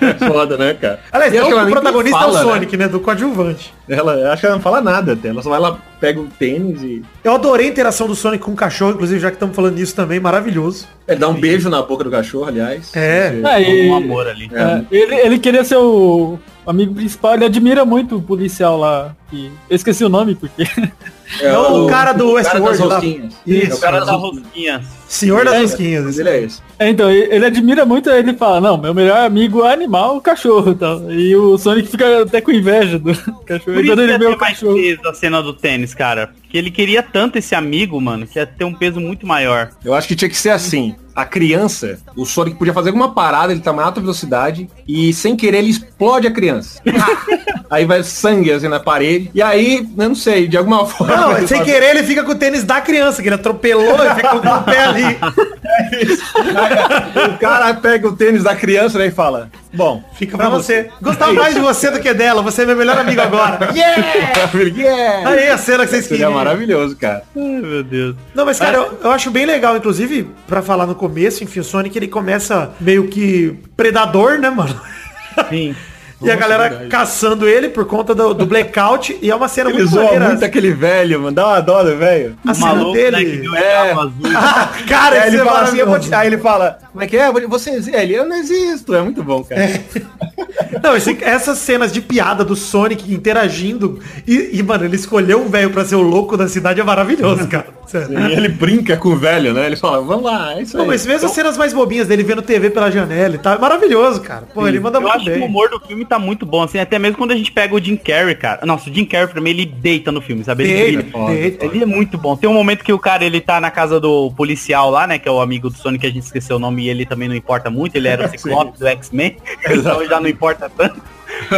S2: é foda, né, cara?
S3: Aliás,
S2: E acho que
S3: não,
S2: ela
S3: o
S2: nem
S3: protagonista
S2: fala,
S3: é o
S2: né?
S3: Sonic, né? Do coadjuvante.
S2: Ela acho que ela não fala nada até. Ela só vai lá, pega o tênis e.
S3: Eu adorei a interação do Sonic com o cachorro, inclusive, já que estamos falando nisso também, maravilhoso.
S2: Ele dá um beijo na boca do cachorro, aliás.
S3: É.
S2: Você-
S5: Aí,
S6: Um amor ali.
S5: é, ele, ele queria ser o, O amigo principal, ele admira muito o policial lá. Que... Eu esqueci o nome, porque.
S3: É o cara do
S2: cara das
S3: Westworld lá.
S2: rosquinhas.
S3: Isso.
S2: É o cara
S6: da
S2: das
S6: rosquinha.
S3: Senhor das rosquinhas.
S2: rosquinhas. Ele é esse.
S5: É, então, ele ele admira muito, aí ele fala, não, meu melhor amigo é animal, o cachorro e tal. E o Sonic fica até com inveja do cachorro.
S6: Por
S5: E
S6: isso
S5: quando
S6: que
S5: ele
S6: ia
S5: vê o
S6: ter mais
S5: cachorro.
S6: peso a cena do tênis, cara. Porque ele queria tanto esse amigo, mano, que ia ter um peso muito maior.
S2: Eu acho que tinha que ser assim. A criança, o Sonic podia fazer alguma parada, ele tá em alta velocidade e sem querer ele explode a criança. aí vai sangue assim na parede. E aí, eu não sei, de alguma forma.
S3: Não, é
S2: ele
S3: sem
S2: fala-
S3: querer ele fica com o tênis da criança, que ele atropelou e ficou com o pé ali.
S2: O cara pega o tênis da criança né, e fala: Bom,
S3: Fica pra você. Gostava mais de você do que dela, você é meu melhor amigo agora.
S2: yeah!
S3: Aí a cena que vocês
S2: Seria
S3: queriam.
S2: maravilhoso, cara.
S6: Ai, meu Deus.
S3: Não, mas cara, eu, eu acho bem legal, inclusive, pra falar no começo, enfim, o Sonic ele começa meio que predador, né, mano?
S6: Sim.
S3: e a galera caçando ele por conta do, do blackout. E é uma cena
S2: Ele
S3: muito
S2: zoa
S3: maneira.
S2: muito aquele velho, mano. Dá uma dó do velho.
S3: A
S6: O
S3: cena
S6: maluco, né, que
S3: dele.
S6: deu
S2: É.
S6: é. azul.
S3: Cara,
S2: Aí
S3: isso
S2: ele
S3: é
S2: fala assim, eu vou
S3: maravilhoso.
S2: te- aí ele fala, como é que é? Você existe? Ele, eu não existo. É muito bom, cara.
S3: Não, esse- essas cenas de piada do Sonic interagindo. E, e, mano, ele escolheu um velho pra ser o louco da cidade é
S6: Uhum.
S3: maravilhoso, cara. Sério.
S2: E ele brinca com o velho, né? Ele fala, vamos lá, é isso
S3: Não,
S2: aí.
S3: mas
S6: Então-
S3: mesmo as cenas mais bobinhas dele vendo TV pela janela e tal, é maravilhoso, cara. Pô, ele manda
S6: Eu
S3: muito
S6: acho que o
S3: bem.
S6: humor do filme tá muito bom, assim, até mesmo quando a gente pega o Jim Carrey, cara. Nossa, o Jim Carrey pra mim, ele deita no filme, sabe? Ele
S3: Deita,
S6: brilha.
S3: deita.
S6: Ele é muito bom. Tem um momento que o cara, ele tá na casa do policial lá, né, que é o amigo do Sonic, que a gente esqueceu o nome e ele também não importa muito, ele era o Ciclope do X-Men, então já não importa tanto.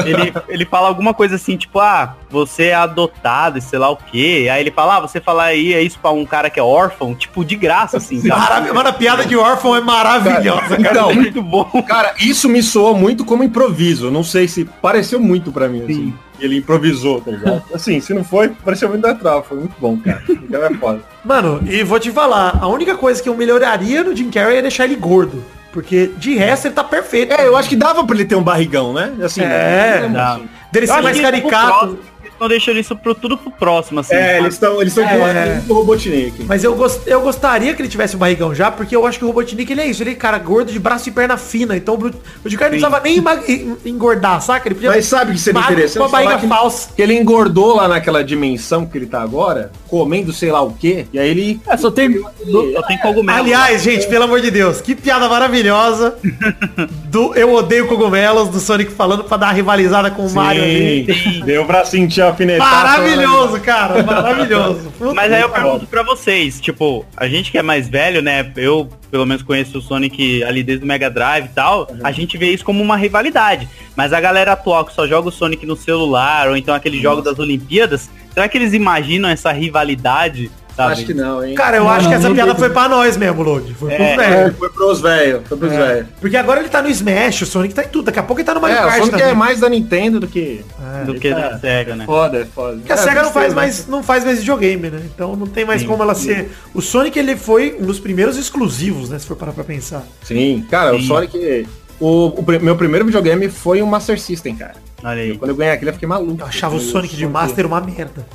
S6: Ele, ele fala alguma coisa assim, tipo, ah, você é adotado, e sei lá o quê. Aí ele fala, ah, você fala aí, é isso pra um cara que é órfão, tipo, de graça, assim, sabe? É
S3: Maravilha, mano, a piada de órfão é maravilhosa, cara.
S2: Então,
S6: muito bom.
S2: cara, isso me soou muito como improviso. Não sei se pareceu muito pra mim, assim. Ele improvisou, tá ligado? Assim, se não foi, pareceu muito da trava. Foi muito bom, cara. Então é foda.
S3: Mano, e vou te falar, a única coisa que eu melhoraria no Jim Carrey é deixar ele gordo. Porque de resto ele tá perfeito.
S2: É, eu acho que dava pra ele ter um barrigão, né? Assim,
S3: É,
S2: né?
S6: dá.
S3: Dele
S6: Eu
S3: ser
S6: acho
S3: mais
S6: que é um isso pro
S3: caricato.
S6: próximo, Eles estão deixando isso pro, tudo pro próximo, assim.
S2: É,
S6: sabe?
S2: eles estão eles tão com
S3: É.
S2: o Robotnik aqui.
S3: Mas eu, gos- eu gostaria que ele tivesse o barrigão já, porque eu acho que o Robotnik, ele é isso. Ele é cara gordo de braço e perna fina. Então o Bru- o Jim Carrey não precisava nem emag- en- engordar, saca? Ele podia...
S2: Mas sabe o que seria
S3: magro,
S2: interessante?
S3: Com a barriga
S2: Falar que-
S3: falsa.
S2: Que ele engordou lá naquela dimensão que ele tá agora, comendo sei lá o quê, e aí ele.
S5: É, só tem. do-
S6: Só tem cogumelo.
S3: Aliás, gente, pelo amor de Deus, que piada maravilhosa do Eu Odeio Cogumelos, do Sonic falando pra dar uma rivalizada com o Mario ali.
S2: Deu pra sentir a alfinetada.
S3: Maravilhoso, cara, maravilhoso. Puta
S6: Mas aí eu
S3: que pariu.
S6: pergunto pra vocês, tipo, a gente que é mais velho, né? Eu, pelo menos, conheço o Sonic ali desde o Mega Drive e tal. A gente vê isso como uma rivalidade. Mas a galera atual que só joga o Sonic no celular, ou então aquele jogo das Olimpíadas, será que eles imaginam essa rivalidade? Sabe?
S2: Acho que não, hein?
S3: Cara, eu acho
S5: não,
S3: que essa
S5: não
S3: piada
S5: tem
S3: foi pra nós mesmo, Lodi. Foi pro
S6: É.
S3: velho.
S2: Foi pros velhos, foi
S3: É.
S2: pros velhos.
S3: Porque agora ele tá no Smash, o Sonic tá em tudo. Daqui a pouco ele tá no Mario
S2: É, o
S3: Kart
S2: Sonic
S3: também.
S2: é mais da Nintendo do que...
S6: Do que da SEGA, né?
S2: Foda, é foda.
S3: Porque a SEGA não faz, mais, não faz mais videogame, né? Então não tem mais como ela ser... O Sonic, ele foi um dos primeiros exclusivos, né? Se for parar pra pensar.
S2: Sim, cara, o
S6: Sim.
S2: Sonic... O, o pri- meu primeiro videogame foi um Master System, cara.
S6: Olha aí.
S2: Quando eu ganhei aquele, eu fiquei maluco.
S3: Eu achava o Sonic de Master uma merda.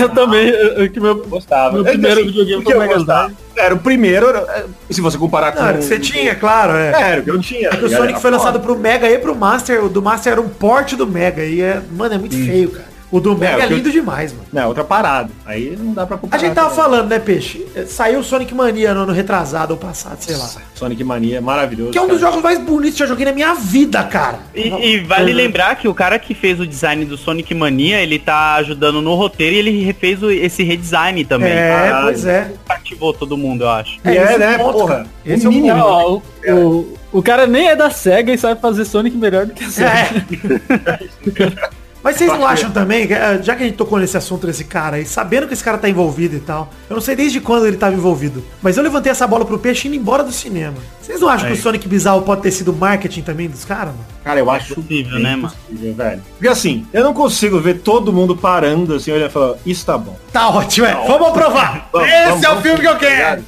S5: Eu também, eu- eu que meu.
S2: Gostava.
S5: Meu
S2: Então,
S5: primeiro videogame
S2: o que
S5: foi
S2: eu
S5: Mega
S2: gostava. Era o primeiro, era- se você comparar com...
S3: Não, era que você tinha, claro, é.
S2: Era o que eu tinha. tá
S3: É que o Sonic foi lançado pro Mega e pro Master. O do Master era um porte do Mega. E é, mano, é muito feio, cara. O do Mega é,
S2: o que eu-
S3: lindo demais, mano.
S2: Não, outra parada. Aí não dá pra
S3: A
S2: comparar.
S3: gente tava
S2: também.
S3: falando, né, Peixe? É, Saiu o Sonic Mania no ano retrasado ou passado, sei lá.
S2: Sonic Mania, maravilhoso.
S3: Que é um dos
S2: cara.
S3: jogos mais bonitos que eu joguei na minha vida, cara.
S6: E, e vale lembrar que o cara que fez o design do Sonic Mania, ele tá ajudando no roteiro e ele refez o- esse redesign também.
S3: É,
S2: caralho.
S3: pois é.
S6: Cativou todo mundo, eu acho.
S2: E
S3: esse
S2: é, né,
S3: ponto,
S2: porra.
S3: cara. Esse é o
S2: O mínimo.
S5: Não, ó, o, o, o cara nem é da SEGA e sabe fazer Sonic melhor do que a SEGA.
S3: É.
S2: É.
S3: Mas vocês não acham também, que, eh, já que a gente tocou nesse assunto desse cara aí, sabendo que esse cara tá envolvido e tal, eu não sei desde quando ele tava envolvido, mas eu levantei essa bola pro peixe indo embora do cinema. Vocês não acham que o Sonic Bizarro pode ter sido marketing também dos caras, mano?
S2: Cara, eu acho
S6: possível,
S2: bem
S6: né, mano?
S2: possível, velho. Porque assim, eu não consigo ver todo mundo parando assim, olha e falando, isso tá bom.
S3: Tá ótimo, é. Vamos aprovar.
S2: Vamos,
S3: Esse
S2: vamos,
S3: é o
S2: vamos,
S3: filme que eu quero.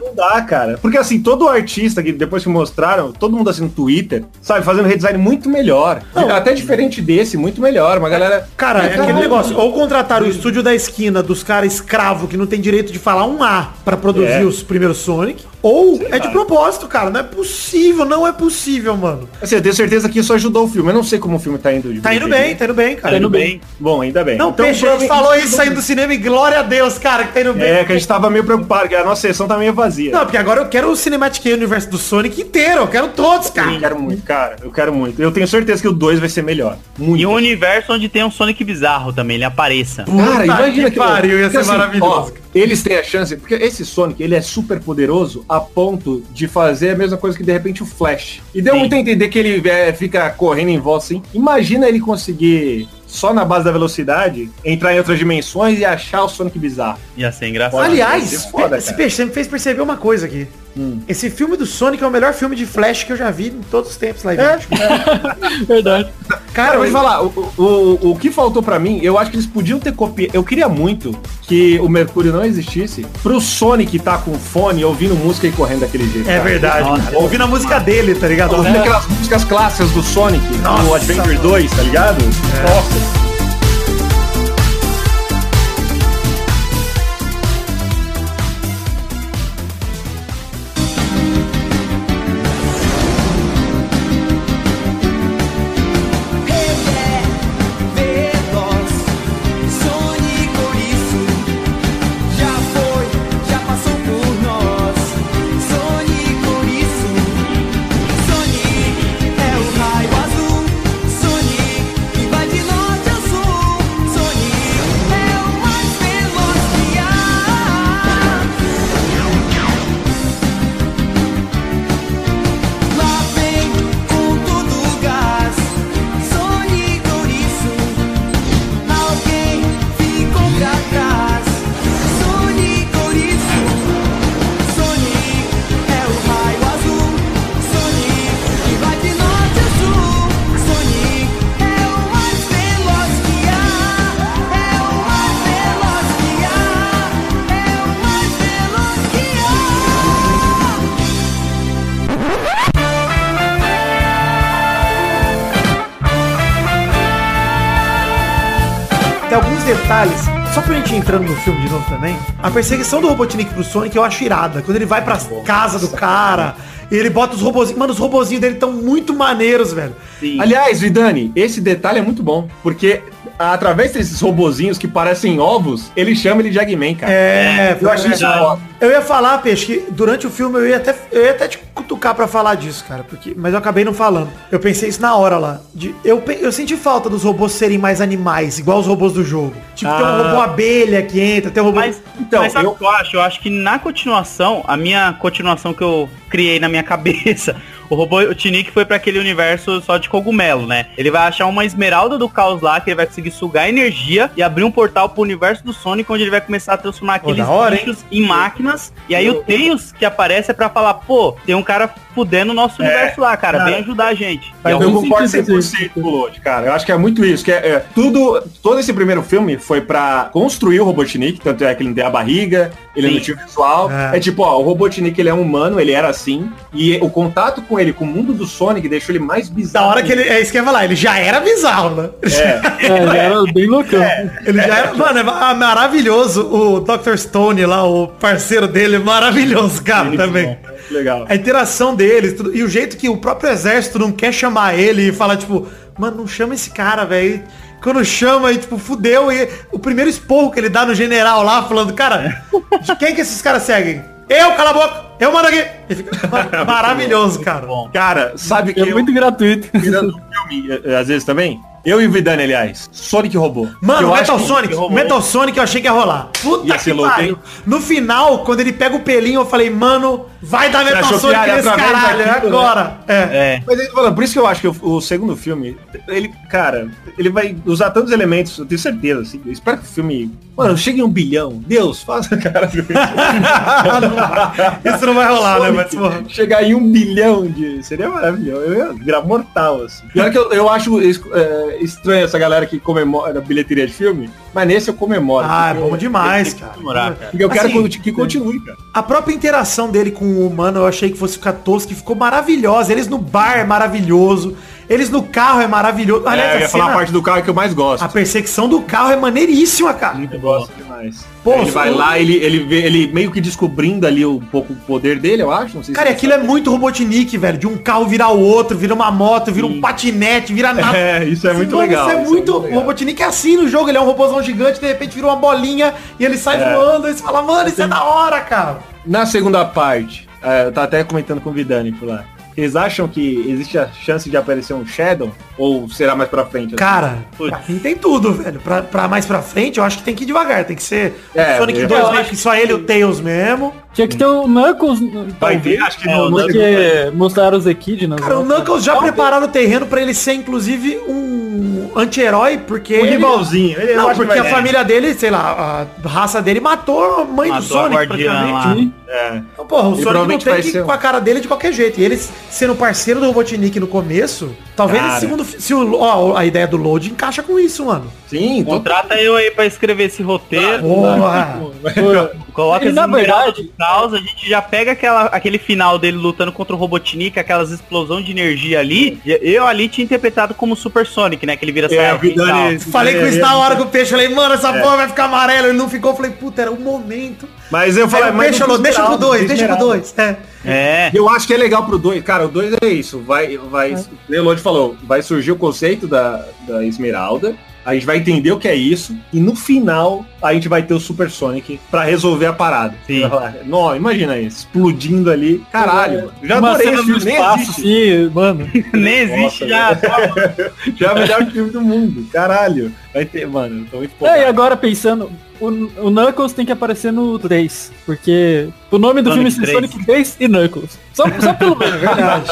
S2: Não dá, cara. Porque assim, todo artista que depois que mostraram, todo mundo assim no Twitter, sabe, fazendo redesign muito melhor. Até diferente desse, muito melhor. Uma galera.
S3: Cara, é aquele
S2: Caralho.
S3: negócio, ou contratar o estúdio da esquina dos caras escravo que não tem direito de falar um A pra produzir
S2: É.
S3: os primeiros Sonic, Ou é de propósito, cara. Não é possível, não é possível, mano.
S2: Assim, eu tenho certeza que isso ajudou o filme. Eu não sei como o filme tá indo de
S3: Tá indo bem,
S2: bilheteria.
S3: tá indo bem, cara.
S2: Tá indo bem. Bom, ainda bem.
S3: Não,
S2: Então,
S3: Peixe, a gente falou isso saindo do cinema e glória a Deus, cara, que tá indo bem.
S2: É, que a gente tava meio preocupado, que a nossa sessão tá meio vazia.
S3: Não, porque agora eu quero o Cinematic Universe do Sonic inteiro. Eu quero todos, cara.
S2: Eu quero muito, cara. Eu quero muito. Eu tenho certeza que o 2 vai ser melhor. Muito.
S6: E um universo onde tem um Sonic bizarro também, ele apareça.
S2: Cara,
S3: Puta
S2: imagina
S3: que
S2: que, assim,
S3: pariu, ia ser maravilhoso.
S2: ó, eles têm a chance, porque esse Sonic, ele é super poderoso a ponto de fazer a mesma coisa que de repente o Flash. E deu
S6: Sim.
S2: muito a entender que ele é, fica correndo em volta assim. Imagina ele conseguir, só na base da velocidade, entrar em outras dimensões e achar o Sonic bizarro.
S6: Ia ser engraçado.
S2: ia
S3: Aliás,
S2: ser foda,
S3: esse é
S2: cara.
S3: peixe me fez perceber uma coisa aqui.
S2: Hum.
S3: Esse filme do Sonic é o melhor filme de Flash que eu já vi em todos os tempos lá. É,
S5: Verdade.
S2: Cara, eu vou te
S3: ele-
S2: falar, o, o, o que faltou pra mim, eu acho que eles podiam ter copiado. Eu queria muito que o Mercúrio não existisse pro Sonic tá com fone ouvindo música e correndo daquele jeito.
S3: É
S2: cara.
S3: verdade,
S6: Nossa.
S3: cara. Ouvindo a música dele, tá ligado?
S2: Ouvindo aquelas músicas clássicas do Sonic, do
S3: Nossa, É.
S2: Adventure
S3: mano.
S2: 2, tá ligado? Nossa.
S8: Veloz, Sonic ou isso já foi, já passou por nós. Sonic ou isso, Sonic é o raio azul. Sonic que vai de norte a sul. Sonic é o mais veloz que há. Lá vem com todo o gás, Sonic ouriço. Alguém ficou pra trás, Sonic ouriço. Sonic é o raio azul, Sonic que vai de norte a sul. Sonic é o mais veloz que há, é o mais veloz que há, é o mais veloz que há.
S3: Tem alguns detalhes. Só pra gente ir entrando no filme de novo também. A perseguição do Robotnik pro Sonic eu acho irada. Quando ele vai pra casa do cara, ele bota os robozinhos. Mano, os robozinhos dele estão muito maneiros, velho.
S6: Sim.
S2: Aliás, Vidani, esse detalhe é muito bom, porque através desses robozinhos que parecem ovos, ele chama ele de Eggman, cara.
S3: É,
S2: eu acho isso
S6: verdade.
S2: foda.
S3: Eu ia falar, Peixe, que durante o filme eu ia até, eu ia até te cutucar pra falar disso, cara. Porque, mas eu acabei não falando. Eu pensei isso na hora lá. De- eu, pe- eu senti falta dos robôs serem mais animais, igual os robôs do jogo. Tipo, tem um
S2: Ah.
S3: robô abelha que entra, tem um robô.
S6: Mas,
S2: Então,
S6: mas sabe
S2: eu-
S6: o que eu acho? Eu acho que na continuação, a minha continuação que eu criei na minha cabeça, o robô o Tinique foi pra aquele universo só de cogumelo, né? Ele vai achar uma esmeralda do caos lá, que ele vai conseguir sugar energia e abrir um portal pro universo do Sonic, onde ele vai começar a transformar
S3: Pô,
S6: aqueles
S3: da hora, hein?
S6: bichos em máquinas. E aí o Tails que aparece é pra falar, pô, tem um cara fudendo o nosso
S3: É,
S6: universo lá, cara, vem ajudar a gente. E
S2: Eu
S6: algum-
S2: concordo
S5: sentido,
S2: 100% com o Load, cara. Eu acho que é muito isso. Que é, é, tudo, todo esse primeiro filme foi pra construir o Robotnik, tanto é que ele não tem a barriga, ele
S6: Sim.
S2: não tinha o visual.
S3: É.
S2: É. tipo, ó, o Robotnik ele é um humano, ele era assim, e o contato com ele, com o mundo do Sonic, deixou ele mais
S3: Da
S2: bizarro.
S3: hora que ele. É isso que eu ia falar, ele já era bizarro, né?
S5: É, ele era bem loucão.
S3: Ele já era. Mano, é ma- maravilhoso o Dr. Stone lá, o parceiro dele, é maravilhoso, cara,
S2: Muito
S3: também. É
S2: bom, Legal.
S3: A interação deles tudo- e o jeito que o próprio exército não quer chamar ele e fala, tipo, mano, não chama esse cara, velho. Quando chama, e tipo, fudeu. E o primeiro esporro que ele dá no general lá, falando, cara, de quem que esses caras seguem? Eu, cala a boca! Eu mando aqui! Ele fica ma- maravilhoso, cara.
S2: Cara, sabe que
S5: É muito gratuito.
S2: eu, virando filme, eh, às vezes também, eu e o Vidani, aliás, Sonic roubou.
S3: Mano,
S2: eu
S3: Metal
S2: acho que-
S3: Sonic, Metal Sonic eu achei que ia rolar. Puta
S2: Ia
S3: que
S2: ser louco,
S3: pariu.
S2: hein?
S3: No final, quando ele pega o pelinho, eu falei, mano, vai dar Metal
S2: achou que
S3: Sonic
S2: era
S3: nesse
S2: através
S3: caralho, é
S2: daquilo, né?
S3: agora. É.
S6: É.
S2: Mas aí, falando, por isso que eu acho que o, o segundo filme, ele, cara, ele vai usar tantos elementos, eu tenho certeza, assim. Eu espero que o filme. Mano, chegue em um bilhão. Deus, faça, cara.
S3: Isso não vai rolar, né? Mas, porra.
S2: Sonic, chegar em um bilhão de. Seria maravilhoso. Eu ia virar mortal, assim. Pior que eu, eu acho es- é, estranho essa galera que comemora bilheteria de filme, mas nesse eu comemoro.
S3: Ah, é
S2: porque
S3: bom
S2: eu-
S3: demais,
S2: eu-
S3: cara.
S6: comemorar, cara.
S2: Porque eu quero
S3: Assim,
S2: que, que continue, cara.
S3: A própria interação dele com o humano eu achei que fosse ficar tosco, que ficou maravilhosa. Eles no bar é maravilhoso. Eles no carro é maravilhoso. Aliás,
S2: É, eu
S3: a,
S2: ia
S3: cena-
S2: falar a parte do carro que eu mais gosto.
S3: a perseguição do carro é maneiríssima, cara.
S2: Muito gosto demais.
S3: Pô,
S2: ele vai
S3: só-
S2: lá, ele, ele, vê- ele meio que descobrindo ali um pouco o poder dele, eu acho. Não sei
S3: Cara, e aquilo é muito Robotnik, velho. De um carro virar o outro, vira uma moto, vira um patinete, vira nada.
S2: É, isso é muito
S3: Mano,
S2: legal.
S3: Isso é muito. O Robotnik é assim no jogo, ele é um robôzão gigante, de repente vira uma bolinha e ele sai
S2: É.
S3: voando. Aí você fala, mano, isso é da hora, cara.
S2: Na segunda parte, é, eu tava até comentando com o Vidani por lá. Eles acham que existe a chance de aparecer um Shadow? Ou será mais pra frente? assim?
S3: Cara,
S6: Putz.
S3: pra mim tem tudo, velho. Pra, pra mais pra frente, eu acho que tem que ir devagar. Tem que ser o
S2: É,
S3: Sonic
S2: eu
S3: 2
S2: acho
S3: meio que só ele e o Tails mesmo.
S5: Tinha que ter o Knuckles. então,
S2: Vai ter,
S5: talvez,
S2: acho que
S6: É,
S2: não.
S6: o
S2: não-
S5: Porque mostraram os Equidnas.
S3: Cara, o
S5: né?
S3: Knuckles já prepararam o terreno pra ele ser, inclusive, um anti-herói, porque...
S2: Um rivalzinho. Ele, eu
S3: Não,
S2: acho que
S3: porque a
S2: vai-
S3: família dele, sei lá, a raça dele matou a mãe do
S6: Matou a
S2: né?
S3: Sonic,
S6: guardiã
S3: praticamente.
S6: lá.
S2: É.
S3: Então, porra, o
S2: Ele
S3: Sonic não
S2: provavelmente
S3: tem
S2: vai
S3: que ir
S2: ser um-
S3: com a cara dele de qualquer jeito. E ele sendo parceiro do Robotnik no começo, talvez
S2: Cara.
S3: esse segundo... fi- Se o, ó, a ideia do Load encaixa com isso, mano.
S2: Sim, tô-
S6: Contrata eu aí pra escrever esse
S2: É
S6: roteiro.
S3: Porra!
S6: Coloca
S5: E,
S6: esse
S5: na
S6: numerado
S5: verdade-
S6: de caos, a gente já pega aquela, aquele final dele lutando contra o Robotnik, aquelas explosão de energia ali. e Eu ali tinha interpretado como Super Sonic, né? Que ele
S2: É,
S6: vira
S2: o
S6: Saiyajin e tal.
S2: Vidani. é
S3: Falei com isso
S2: Vidani-
S3: na hora com o peixe, falei, mano, essa
S2: É.
S3: porra vai ficar amarela, ele não ficou, eu falei, puta, era o momento.
S2: Mas eu
S3: Falei,
S2: falei, mas
S3: deixa,
S2: não
S3: Lô, deixa pro
S2: esperava,
S3: dois,
S2: não
S3: deixa pro
S2: esperava.
S3: dois. É.
S6: É.
S2: Eu acho que é legal pro 2. Cara, o 2 é isso. Vai, vai, o Elodie falou, vai surgir o conceito da, da Esmeralda. A gente vai entender o que é isso. E no final, a gente vai ter o Super Sonic pra resolver a parada.
S6: Sim.
S2: Vai lá. Nó, imagina isso. Explodindo ali. Caralho.
S3: É.
S2: Já
S5: Uma
S2: adorei
S5: cena
S2: esse
S5: no
S2: filme. Nem
S5: espaço,
S2: existe.
S5: assim, mano.
S6: Nem existe já.
S2: Já é o melhor filme do mundo. Caralho. Vai ter, mano. eu Tô muito
S5: É, e
S2: empolgado.
S5: agora pensando, o, o Knuckles tem que aparecer no 3, porque o nome do
S6: Sonic
S5: filme é
S6: 3.
S5: Sonic 3 e Knuckles. Só, só pelo
S2: É
S5: menos, verdade.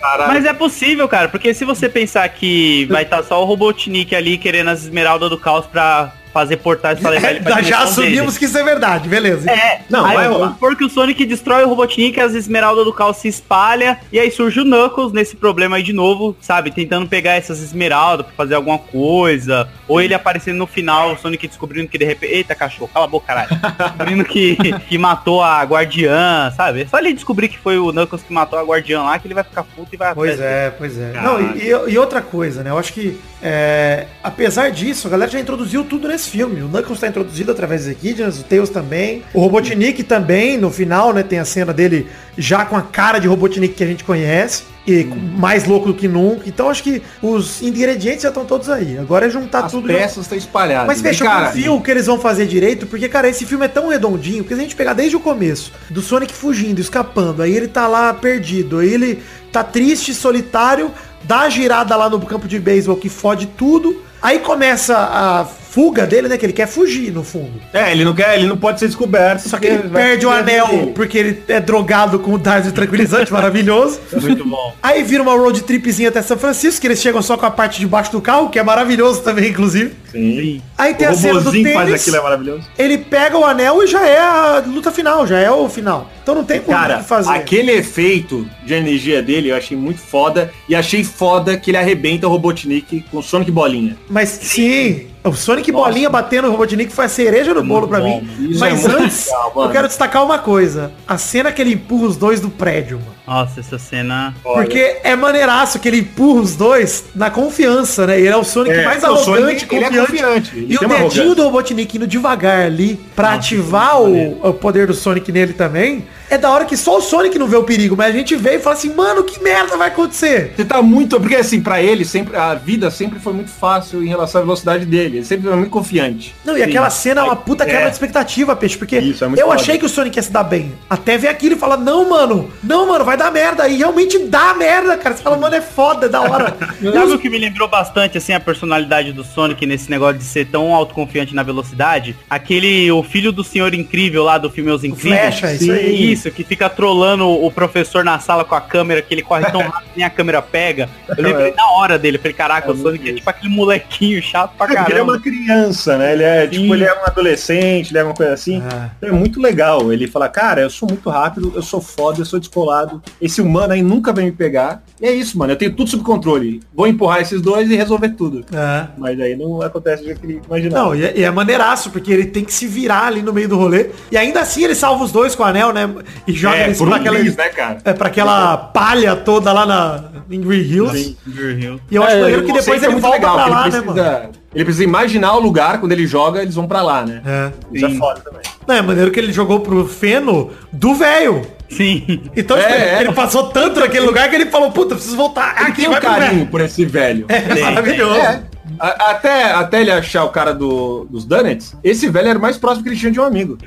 S2: Caralho.
S6: Mas é possível, cara, porque se você pensar que vai estar só o Robotnik ali querendo as esmeraldas do caos pra fazer portais pra levar ele pra
S3: Nós já
S6: dimensão dele.
S3: assumimos que isso é verdade, beleza.
S2: um Não,
S6: aí,
S2: vai rolar.
S6: Porque o Sonic destrói o Robotnik, as esmeraldas do caos se espalha e aí surge o Knuckles nesse problema aí de novo, sabe? Tentando pegar essas esmeraldas pra fazer alguma coisa. Ou ele aparecendo no final, o Sonic descobrindo que de repente... Eita, cachorro, cala a boca, caralho. descobrindo que, que matou a guardiã, sabe? É Só ele descobrir que foi o Knuckles que matou a guardiã lá, que ele vai ficar puto e vai
S3: Pois
S6: atrás
S3: é, pois é. Não,
S2: né? Caralho.
S3: e, e- e outra coisa, né? Eu acho que, é, apesar disso, a galera já introduziu tudo nesse filme. O Knuckles tá introduzido através dos Equidnas, o Tails também. O Robotnik também, no final, né? Tem a cena dele já com a cara de Robotnik que a gente conhece. E com- mais louco do que nunca. Então acho que os ingredientes já estão todos aí. Agora é juntar
S2: As
S3: tudo. e
S2: peças estão espalhadas.
S3: Mas
S2: E,
S3: fecha, eu
S2: cara,
S3: confio que eles vão fazer direito, porque, cara, esse filme é tão redondinho, porque se a gente pegar desde o começo, do Sonic fugindo, escapando, aí ele tá lá perdido, aí ele tá triste, solitário, dá a girada lá no campo de beisebol que fode tudo, aí começa a fuga dele, né, que ele quer fugir, no fundo.
S2: É, ele não quer, ele não pode ser descoberto.
S3: Só que ele perde o anel, porque ele é drogado com o Darcy tranquilizante maravilhoso.
S2: Muito bom.
S3: Aí vira uma road tripzinha até São Francisco, que eles chegam só com a parte de baixo do carro, que é maravilhoso também, inclusive.
S2: Sim.
S3: Aí tem a
S2: o
S3: cena do
S2: robôzinho faz
S3: tênis.
S2: aquilo, é maravilhoso.
S3: ele pega o anel e já é a luta final, já é o final. Então não tem muito o
S2: Cara,
S3: que fazer.
S2: aquele efeito de energia dele eu achei muito foda. E achei foda que ele arrebenta o Robotnik com Sonic Bolinha.
S3: Mas sim, o Sonic Bolinha batendo no Robotnik foi a cereja do bolo pra
S2: bom,
S3: mim.
S2: isso
S3: Mas
S2: é muito
S3: antes,
S2: legal,
S3: eu
S2: mano.
S3: quero destacar uma coisa. A cena que ele empurra os dois do prédio, mano.
S6: Nossa, essa cena...
S2: Olha.
S3: Porque é maneiraço que ele empurra os dois na confiança, né? Ele é o Sonic
S2: É,
S3: mais
S2: o
S3: arrogante,
S2: Sonic, ele é
S3: confiante.
S2: confiante, ele
S3: e o
S2: tem uma
S3: dedinho
S2: arrogância.
S3: do Robotnik indo devagar ali pra ativar o, o poder do Sonic nele também. É da hora que só o Sonic não vê o perigo, mas a gente vê e fala assim, mano, que merda vai acontecer?
S2: Você tá muito. Porque assim, pra ele, sempre a vida sempre foi muito fácil em relação à velocidade dele. Ele sempre foi muito confiante.
S3: Não, e
S2: Sim.
S3: aquela cena é uma puta quebra
S2: É.
S3: de expectativa, peixe, porque
S2: Isso, é muito
S3: eu
S2: foda.
S3: achei que o Sonic ia se dar bem. Até ver aquilo e falar, não, mano, não, mano, vai dar merda. E realmente dá merda, cara. Você fala, mano, é foda, é da hora.
S6: Sabe o que me lembrou bastante, assim, a personalidade do Sonic nesse negócio de ser tão autoconfiante na velocidade? Aquele, o filho do senhor incrível lá do filme Os Incríveis.
S3: Flecha, isso aí.
S6: Isso, que fica trolando o professor na sala com a câmera, que ele corre tão rápido que nem a câmera pega. Eu lembrei na hora dele, falei, caraca, o Sonic é tipo aquele molequinho chato pra
S2: Porque ele é uma
S6: caramba.
S2: criança, né? Ele é, tipo,
S6: Sim.
S2: ele é um adolescente, ele é uma coisa assim.
S3: Ah,
S2: Então é muito legal. Ele fala, cara, eu sou muito rápido, eu sou foda, eu sou descolado. Esse humano aí nunca vai me pegar. E é isso, mano. Eu tenho tudo sob controle. Vou empurrar esses dois e resolver tudo.
S3: É.
S2: Mas aí não acontece do jeito que ele imaginava.
S3: Não, e é, e é maneiraço, porque ele tem que se virar ali no meio do rolê. E ainda assim ele salva os dois com o anel, né? E joga
S2: é,
S3: eles
S2: por um
S3: pra aquela,
S2: bis, né, cara?
S3: é, pra aquela palha toda lá na em Green Hills. E eu acho
S2: É,
S3: maneiro
S2: o
S3: que depois
S2: conceito é
S3: ele
S2: muito
S3: volta
S2: legal,
S3: pra lá,
S2: porque
S3: né,
S2: ele
S3: mano?
S2: precisa- Ele precisa imaginar o lugar, quando ele joga, eles vão pra lá, né?
S3: É.
S2: Isso é foda também.
S3: Não, é maneiro que ele jogou pro Feno do velho.
S6: Sim.
S3: Então, tipo,
S2: É, é.
S3: ele passou tanto naquele lugar que ele falou, puta, preciso voltar
S2: Ele
S3: aqui,
S2: tem um
S3: vai pro velho.
S2: carinho por esse velho.
S3: É maravilhoso.
S2: É. A- Até, até ele achar o cara do, dos Dunnets, esse velho era o mais próximo que ele tinha de um amigo.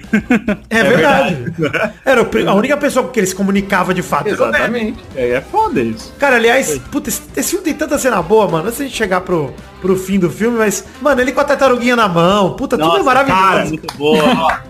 S3: É, verdade. Era o pri- a única pessoa com que ele se comunicava de fato. Era o velho.
S2: É, é foda isso.
S3: Cara, aliás, puta, esse, esse filme tem tanta cena boa, mano. Antes da gente chegar pro, pro fim do filme, mas, mano, ele com a tartaruguinha na mão, puta, tudo é maravilhoso.
S6: Cara, muito boa.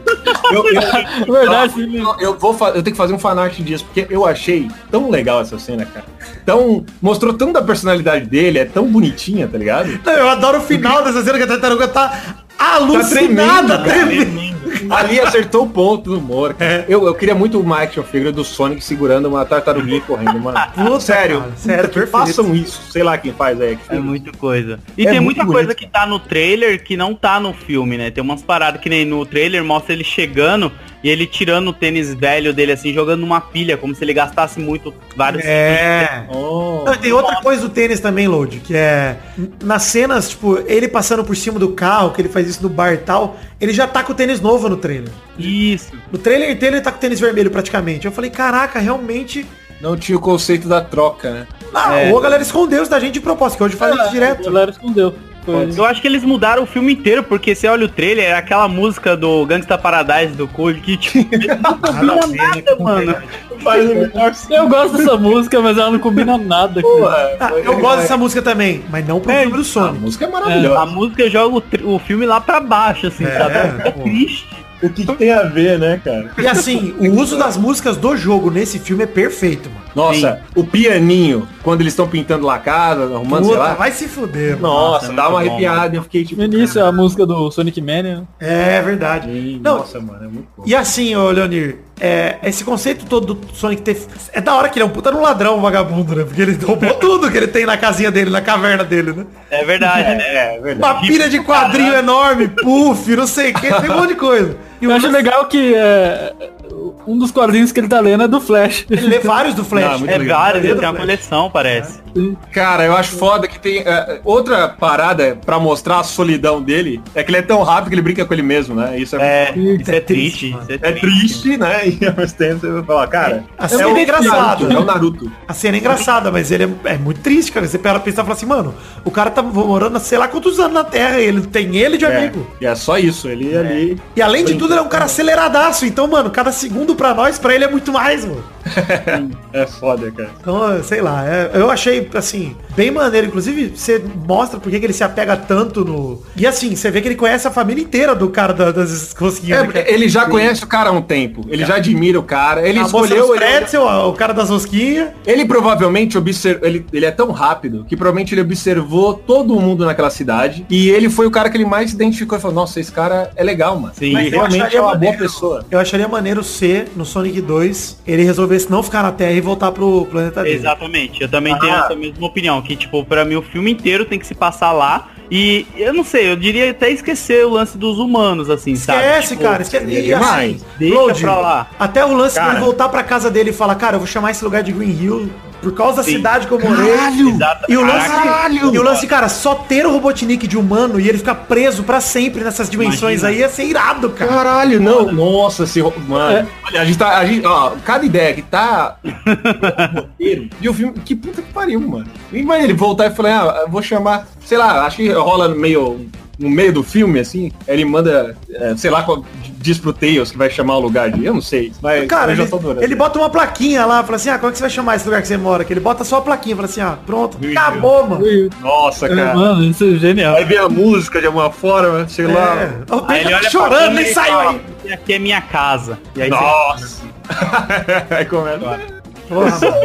S2: Eu, eu-
S3: É
S5: Na verdade, filme.
S2: eu- eu vou fa- eu tenho que fazer um fanart disso, porque eu achei tão legal essa cena, cara. Tão, mostrou tanto da personalidade dele, é tão bonitinha, tá ligado?
S3: Não, eu adoro o final dessa cena que a tartaruga tá alucinada,
S2: tremendo, cara.
S3: tremendo.
S2: Ali acertou o ponto do humor.
S3: É.
S2: Eu, eu queria muito uma action figure do Sonic segurando uma tartaruguinha e correndo, mano.
S3: Puta,
S2: sério,
S3: cara,
S2: puta
S3: sério,
S2: que
S3: perfeito.
S2: façam isso. Sei lá quem faz aí.
S6: É muita coisa. E
S2: É
S6: tem
S2: muito
S6: muita
S2: bonito,
S6: coisa que tá no trailer que não tá no filme, né? Tem umas paradas que nem no trailer mostra ele chegando e ele tirando o tênis velho dele assim, jogando numa pilha, como se ele gastasse muito vários.
S3: É.
S2: Oh.
S3: Não, e tem outra coisa do tênis também, Load, que é nas cenas, tipo, ele passando por cima do carro, que ele faz isso no bar e tal, ele já tá com o tênis novo no trailer.
S6: Isso.
S3: No trailer inteiro ele tá com o tênis vermelho praticamente. Eu falei, caraca, realmente.
S2: Não tinha o conceito da troca, né?
S3: Ah,
S2: É. Ah,
S3: Ou a galera escondeu isso da gente de propósito, que hoje faz isso
S5: A
S3: É direto.
S5: galera escondeu. Foi.
S6: Eu acho que eles mudaram o filme inteiro, porque você olha o trailer, é aquela música do Gangsta Paradise do Cole, que tipo, não combina nada, mano.
S2: Faz o menor
S5: Eu gosto dessa música, mas ela não combina nada. né? cara.
S2: Porra,
S3: Ah, eu gosto dessa música também, mas não pro filme do
S2: A
S3: Sonic.
S2: música é
S6: A
S2: maravilhosa.
S6: música joga o, tr- o filme lá pra baixo, assim,
S3: É,
S6: sabe? É
S3: pô.
S6: triste.
S2: O que, que tem a ver, né, cara?
S3: E assim, o uso das músicas do jogo nesse filme é perfeito, mano.
S2: Nossa, o pianinho, quando eles estão pintando lá a casa, arrumando, sei
S3: Puta,
S2: lá.
S3: vai se fuder, mano.
S2: Nossa,
S6: Nossa,
S2: dá uma
S6: muito bom,
S2: arrepiada. eu fiquei tipo.
S5: No início, a música do Sonic Mania.
S3: É verdade.
S2: Ih,
S3: Não,
S2: Nossa, mano, é muito bom.
S3: E assim, ô Leonir, é, esse conceito todo do Sonic ter. É da hora que ele é um puta de um ladrão, um vagabundo, né? Porque ele roubou tudo que ele tem na casinha dele, na caverna dele, né?
S6: É verdade, né?
S2: É, é verdade.
S3: Uma pilha de quadrinho enorme, puff, não sei o que, tem um monte de coisa. E
S5: Eu
S3: o
S5: acho
S3: lance-
S5: legal que é, um dos quadrinhos que ele tá lendo é do Flash.
S3: Ele lê vários do Flash.
S2: Não, muito
S6: É
S2: legal.
S6: vários, ele tem uma
S3: Flash.
S6: coleção, parece.
S2: Cara, eu acho foda que tem. é, outra parada pra mostrar a solidão dele é que ele é tão rápido que ele brinca com ele mesmo, né? Isso é.
S6: É, isso é triste.
S3: mano.
S6: Isso
S2: é Assim triste, né? E ao mesmo tempo você vai falar, cara,
S3: A cena é
S2: o
S3: engraçado.
S2: Naruto, é o Naruto.
S3: A cena é engraçada, mas ele é, é muito triste, cara. Você para pensar e fala assim, mano, o cara tá morando há sei lá quantos anos na Terra, e ele tem ele de
S2: É,
S3: amigo.
S2: e é só isso, ele ali.
S3: E além de tudo, ele é um cara aceleradaço. Então, mano, cada segundo pra nós, pra ele é muito mais, mano.
S2: É foda, cara.
S3: Então, eh, sei lá, é- eu achei, assim, bem maneiro. Inclusive, você mostra por que que ele se apega tanto no... E assim, você vê que ele conhece a família inteira do cara da- das rosquinhas.
S2: É,
S3: né,
S2: porque
S3: cara?
S2: ele já conhece o cara há um tempo. Ele já admira o cara. Ele
S3: a moça
S2: escolheu.
S3: dos
S2: Ele, é um
S3: pretzel, ó, o cara das rosquinhas.
S2: ele provavelmente observou. Ele, ele é tão rápido que provavelmente ele observou todo mundo naquela cidade. E ele foi o cara que ele mais se identificou e falou: Nossa, esse cara é legal, mano.
S6: Sim.
S2: ele
S6: Mas
S3: eu
S2: realmente
S3: acharia
S2: é uma boa
S3: maneiro.
S2: pessoa.
S3: Eu acharia maneiro ser, no Sonic 2, ele resolvesse não ficar na Terra e voltar pro planeta dele.
S6: Exatamente, eu também
S2: Ah.
S6: tenho essa mesma opinião, que tipo, pra mim o filme inteiro tem que se passar lá. E eu não sei, eu diria até esquecer o lance dos humanos, assim, sabe?
S3: Esquece,
S6: Tipo,
S3: cara, esquece. E assim,
S2: demais.
S6: Deixa
S3: Load,
S6: pra lá.
S3: até o lance
S2: Cara.
S3: dele voltar pra casa dele e falar, cara, eu vou chamar esse lugar de Green Hill por causa da
S6: Sim.
S3: cidade que eu morei.
S6: Exata-
S3: E o lance,
S6: Caraca,
S3: e o lance, cara, só ter o Robotnik de humano e ele ficar preso pra sempre nessas dimensões
S6: Imagina.
S3: aí ia ser irado, cara.
S2: Caralho, não. Nossa, se ro- mano. Olha, a gente tá, a gente, ó, cada ideia que tá roteiro de um filme, que puta que pariu, mano. Imagina ele voltar e falar, ah, eu vou chamar, sei lá, acho que rola no meio no meio do filme assim, ele manda, é, sei lá, qual- diz pro Tails que vai chamar o lugar de, eu não sei, mas
S3: Cara,
S2: eu já
S3: ele,
S2: tô adorando.
S6: assim.
S3: ele bota uma plaquinha lá, fala assim, ah, como é que você vai chamar esse lugar que você mora? Que ele bota só a plaquinha, fala assim, ah, pronto,
S2: Meu
S3: acabou, mano.
S2: Nossa, cara.
S5: Mano, isso é genial.
S2: Vai ver a música de alguma forma, sei lá.
S3: É. O
S6: Aí
S3: Pedro
S6: ele
S3: tá
S6: olha pra
S3: chorando,
S6: câmera
S3: nem
S6: e
S3: saiu
S6: fala,
S3: aí.
S6: "Esse Aqui é minha casa. E aí você-
S2: Nossa. aí começa.
S3: Porra, É,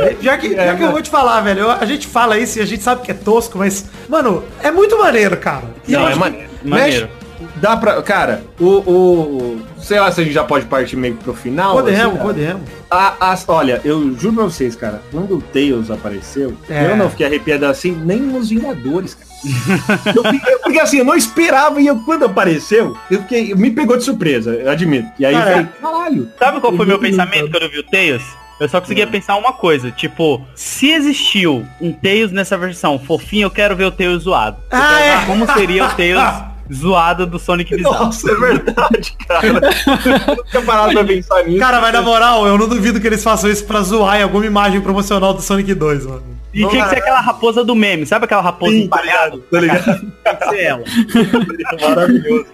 S3: mano. Já que, já que eu vou te falar, velho, eu- a gente fala isso e a gente sabe que é tosco, mas, mano, é muito maneiro, cara. E
S6: Não,
S3: eu
S6: é
S3: acho que
S6: maneiro. maneiro.
S3: mexe-
S2: tipo, Dá pra. Cara, o, o. Sei lá se a gente já pode partir meio que pro final. assim,
S3: Podemos,
S2: cara.
S3: podemos.
S2: A- as- olha, eu juro pra vocês, cara, quando o Tails apareceu,
S3: É.
S2: eu não fiquei arrepiado assim, nem nos Vingadores, cara. Eu fiquei- porque assim, eu não esperava e eu, quando apareceu, eu fiquei, me pegou de surpresa, eu admito. E aí
S6: Cara,
S2: eu falei, caralho.
S6: Sabe qual foi
S3: Uhum.
S6: meu
S2: Muito
S6: pensamento quando eu vi o Tails? Eu só
S3: É.
S6: conseguia pensar uma coisa, tipo, se existiu um Tails nessa versão fofinho, eu quero ver o Tails zoado. Eu
S3: Ah,
S6: quero
S3: é?
S6: ver Como seria o Tails zoado do Sonic Bizarro?
S2: Nossa, é verdade, cara. Eu nunca parado pra pensar nisso.
S3: Cara, mas na moral, eu não duvido que eles façam isso pra zoar em alguma imagem promocional do Sonic 2, mano.
S6: E tinha que ser aquela raposa do meme, sabe aquela raposa
S2: Sim,
S6: empalhada?
S2: tá ligado? tá
S6: Tinha que ser ela.
S2: Maravilhoso.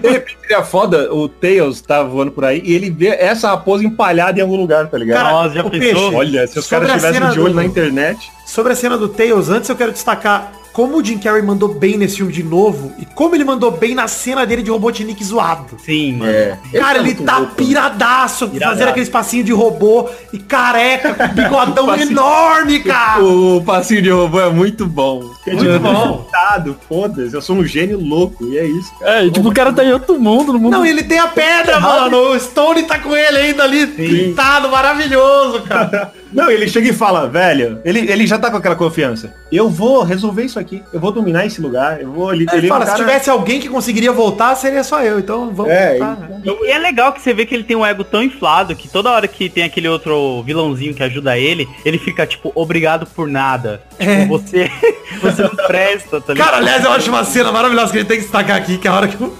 S2: De repente seria foda, o Tails tá voando por aí e ele vê essa raposa empalhada em algum lugar, tá ligado?
S3: Cara,
S6: Nossa, já
S3: o
S6: pensou?
S3: peixe.
S2: Olha, se os
S3: sobre
S2: caras
S3: a
S2: tivessem
S3: cena
S2: de olho
S3: do-
S2: na internet.
S3: Sobre a cena do Tails, antes eu quero destacar como o Jim Carrey mandou bem nesse filme de novo e como ele mandou bem na cena dele de Robotnik zoado.
S6: Sim, mano.
S2: É.
S3: Cara, ele tá piradaço, fazendo aquele espacinho de robô e careca, com um bigodão
S2: Espacinho-
S3: enorme, cara.
S2: O passinho de robô é muito bom.
S3: Muito bom.
S2: Coitado, Foda-se, eu sou um gênio louco, e é isso, cara.
S5: É, e, tipo, o cara tá em outro mundo, no mundo.
S3: Não, ele tem a pedra, mano. O Stone tá com ele ainda ali, pintado, maravilhoso, cara.
S2: Não, ele chega e fala, velho, ele, ele já tá com aquela confiança. Eu vou resolver isso aqui, eu vou dominar esse lugar, eu vou ali.
S3: Ele
S2: é um
S3: fala, se
S2: cara-
S3: tivesse alguém que conseguiria voltar, seria só eu. Então vamos
S2: É,
S3: voltar, né?
S6: E é legal que você vê que ele tem um ego tão inflado que toda hora que tem aquele outro vilãozinho que ajuda ele, ele fica tipo, obrigado por nada. Tipo, você, você não presta, tá ligado?
S3: É. Cara, aliás, eu acho uma cena maravilhosa que ele tem que destacar aqui, que é a hora que o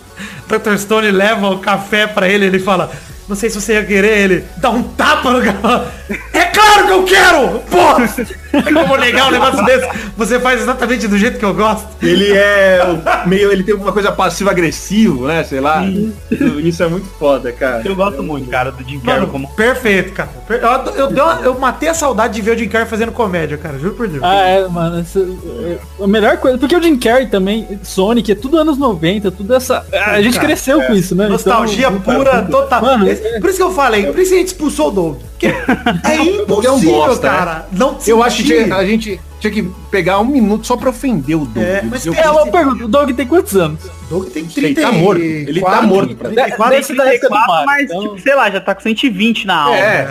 S3: Dr. Stone leva o café pra ele, ele fala, não sei se você ia querer, ele dá um tapa no cara. É claro que eu quero! Pô! Como legal um negócio desse. Você faz exatamente do jeito que eu gosto.
S2: Ele é o- meio, ele tem uma coisa passivo-agressivo, né? Sei lá. Isso, isso é muito foda, cara.
S6: Eu gosto muito, cara, do Jim Carrey
S3: Mano,
S6: como.
S3: perfeito, cara. Per- Eu, ado- eu, dei uma- eu matei a saudade de ver o Jim Carrey fazendo comédia, cara. Juro por Deus.
S5: Ah, é, mano. essa- é a melhor coisa. Porque o Jim Carrey também, Sonic, é tudo anos 90, tudo essa. A gente
S3: Cara,
S5: cresceu com isso, né?
S3: Nostalgia
S5: Então,
S3: pura, total.
S5: Mano,
S3: Esse-
S2: é-
S3: por isso que eu falei, por isso que a gente expulsou o Doug. Porque é
S2: Doug é um
S3: impossível,
S2: bosta, né?
S3: cara. Não
S2: Eu acho que
S3: sentir.
S2: a gente tinha que pegar um minuto só pra ofender o Doug.
S3: É, mas
S2: Eu-
S5: É uma pergunta, o Doug tem quantos anos?
S3: Doug tem
S2: Ele
S3: 30
S2: tá morto. Ele tá morto. pra-
S3: 34,
S5: Deve ser da época do
S6: 34,
S5: Mario,
S6: mas,
S5: então-
S6: tipo, sei lá, já tá com 120 na alma.
S2: É,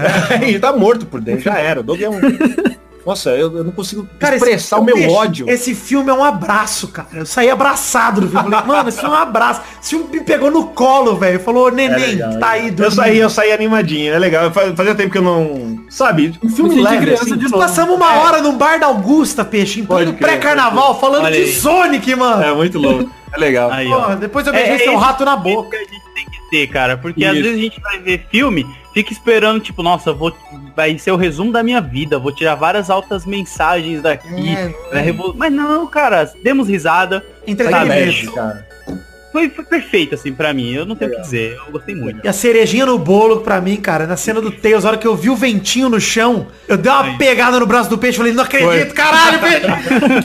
S3: né?
S2: ele tá morto por dentro, já era. O Doug é um. Nossa, eu, eu não consigo
S3: esse- é um
S2: expressar o meu
S3: bicho,
S2: ódio.
S3: Esse filme é um abraço, cara. Eu saí abraçado do filme. Falei, mano, esse filme é um abraço. Esse filme me pegou no colo, velho. Falou,
S2: É
S3: neném,
S2: legal,
S3: tá
S2: é
S3: aí
S2: legal.
S3: do
S2: eu saí, eu saí animadinho, é legal. Faz- Fazia tempo que eu não. Sabe, um filme
S5: Me senti
S2: leve,
S5: criança
S2: assim.
S5: de novo.
S3: Passamos uma hora num bar da Augusta, peixe, em
S2: Pode
S3: pleno
S2: crer,
S3: pré-carnaval, falando
S6: Olha
S3: de
S6: aí.
S3: Sonic, mano.
S2: É muito louco. É legal.
S6: Aí, ó.
S3: Porra, depois eu
S6: É,
S3: beijei
S6: é
S3: seu
S6: esse
S3: rato na
S6: Isso
S3: boca.
S6: que a gente tem que ter, cara. Porque às
S2: Isso.
S6: vezes a gente vai ver filme, fica esperando, tipo, nossa, eu vou, vai ser o resumo da minha vida, vou tirar várias altas mensagens daqui. né, revolu- Mas não, cara, demos risada.
S3: Entretenimento.
S2: cara.
S6: Foi, foi perfeito, assim, pra mim. Eu não tenho o que dizer, eu gostei muito.
S3: E a cerejinha no bolo pra mim, cara, na cena do Tails, a hora que eu vi o ventinho no chão, eu dei uma pegada no braço do peixe, falei, não acredito, caralho, peixe!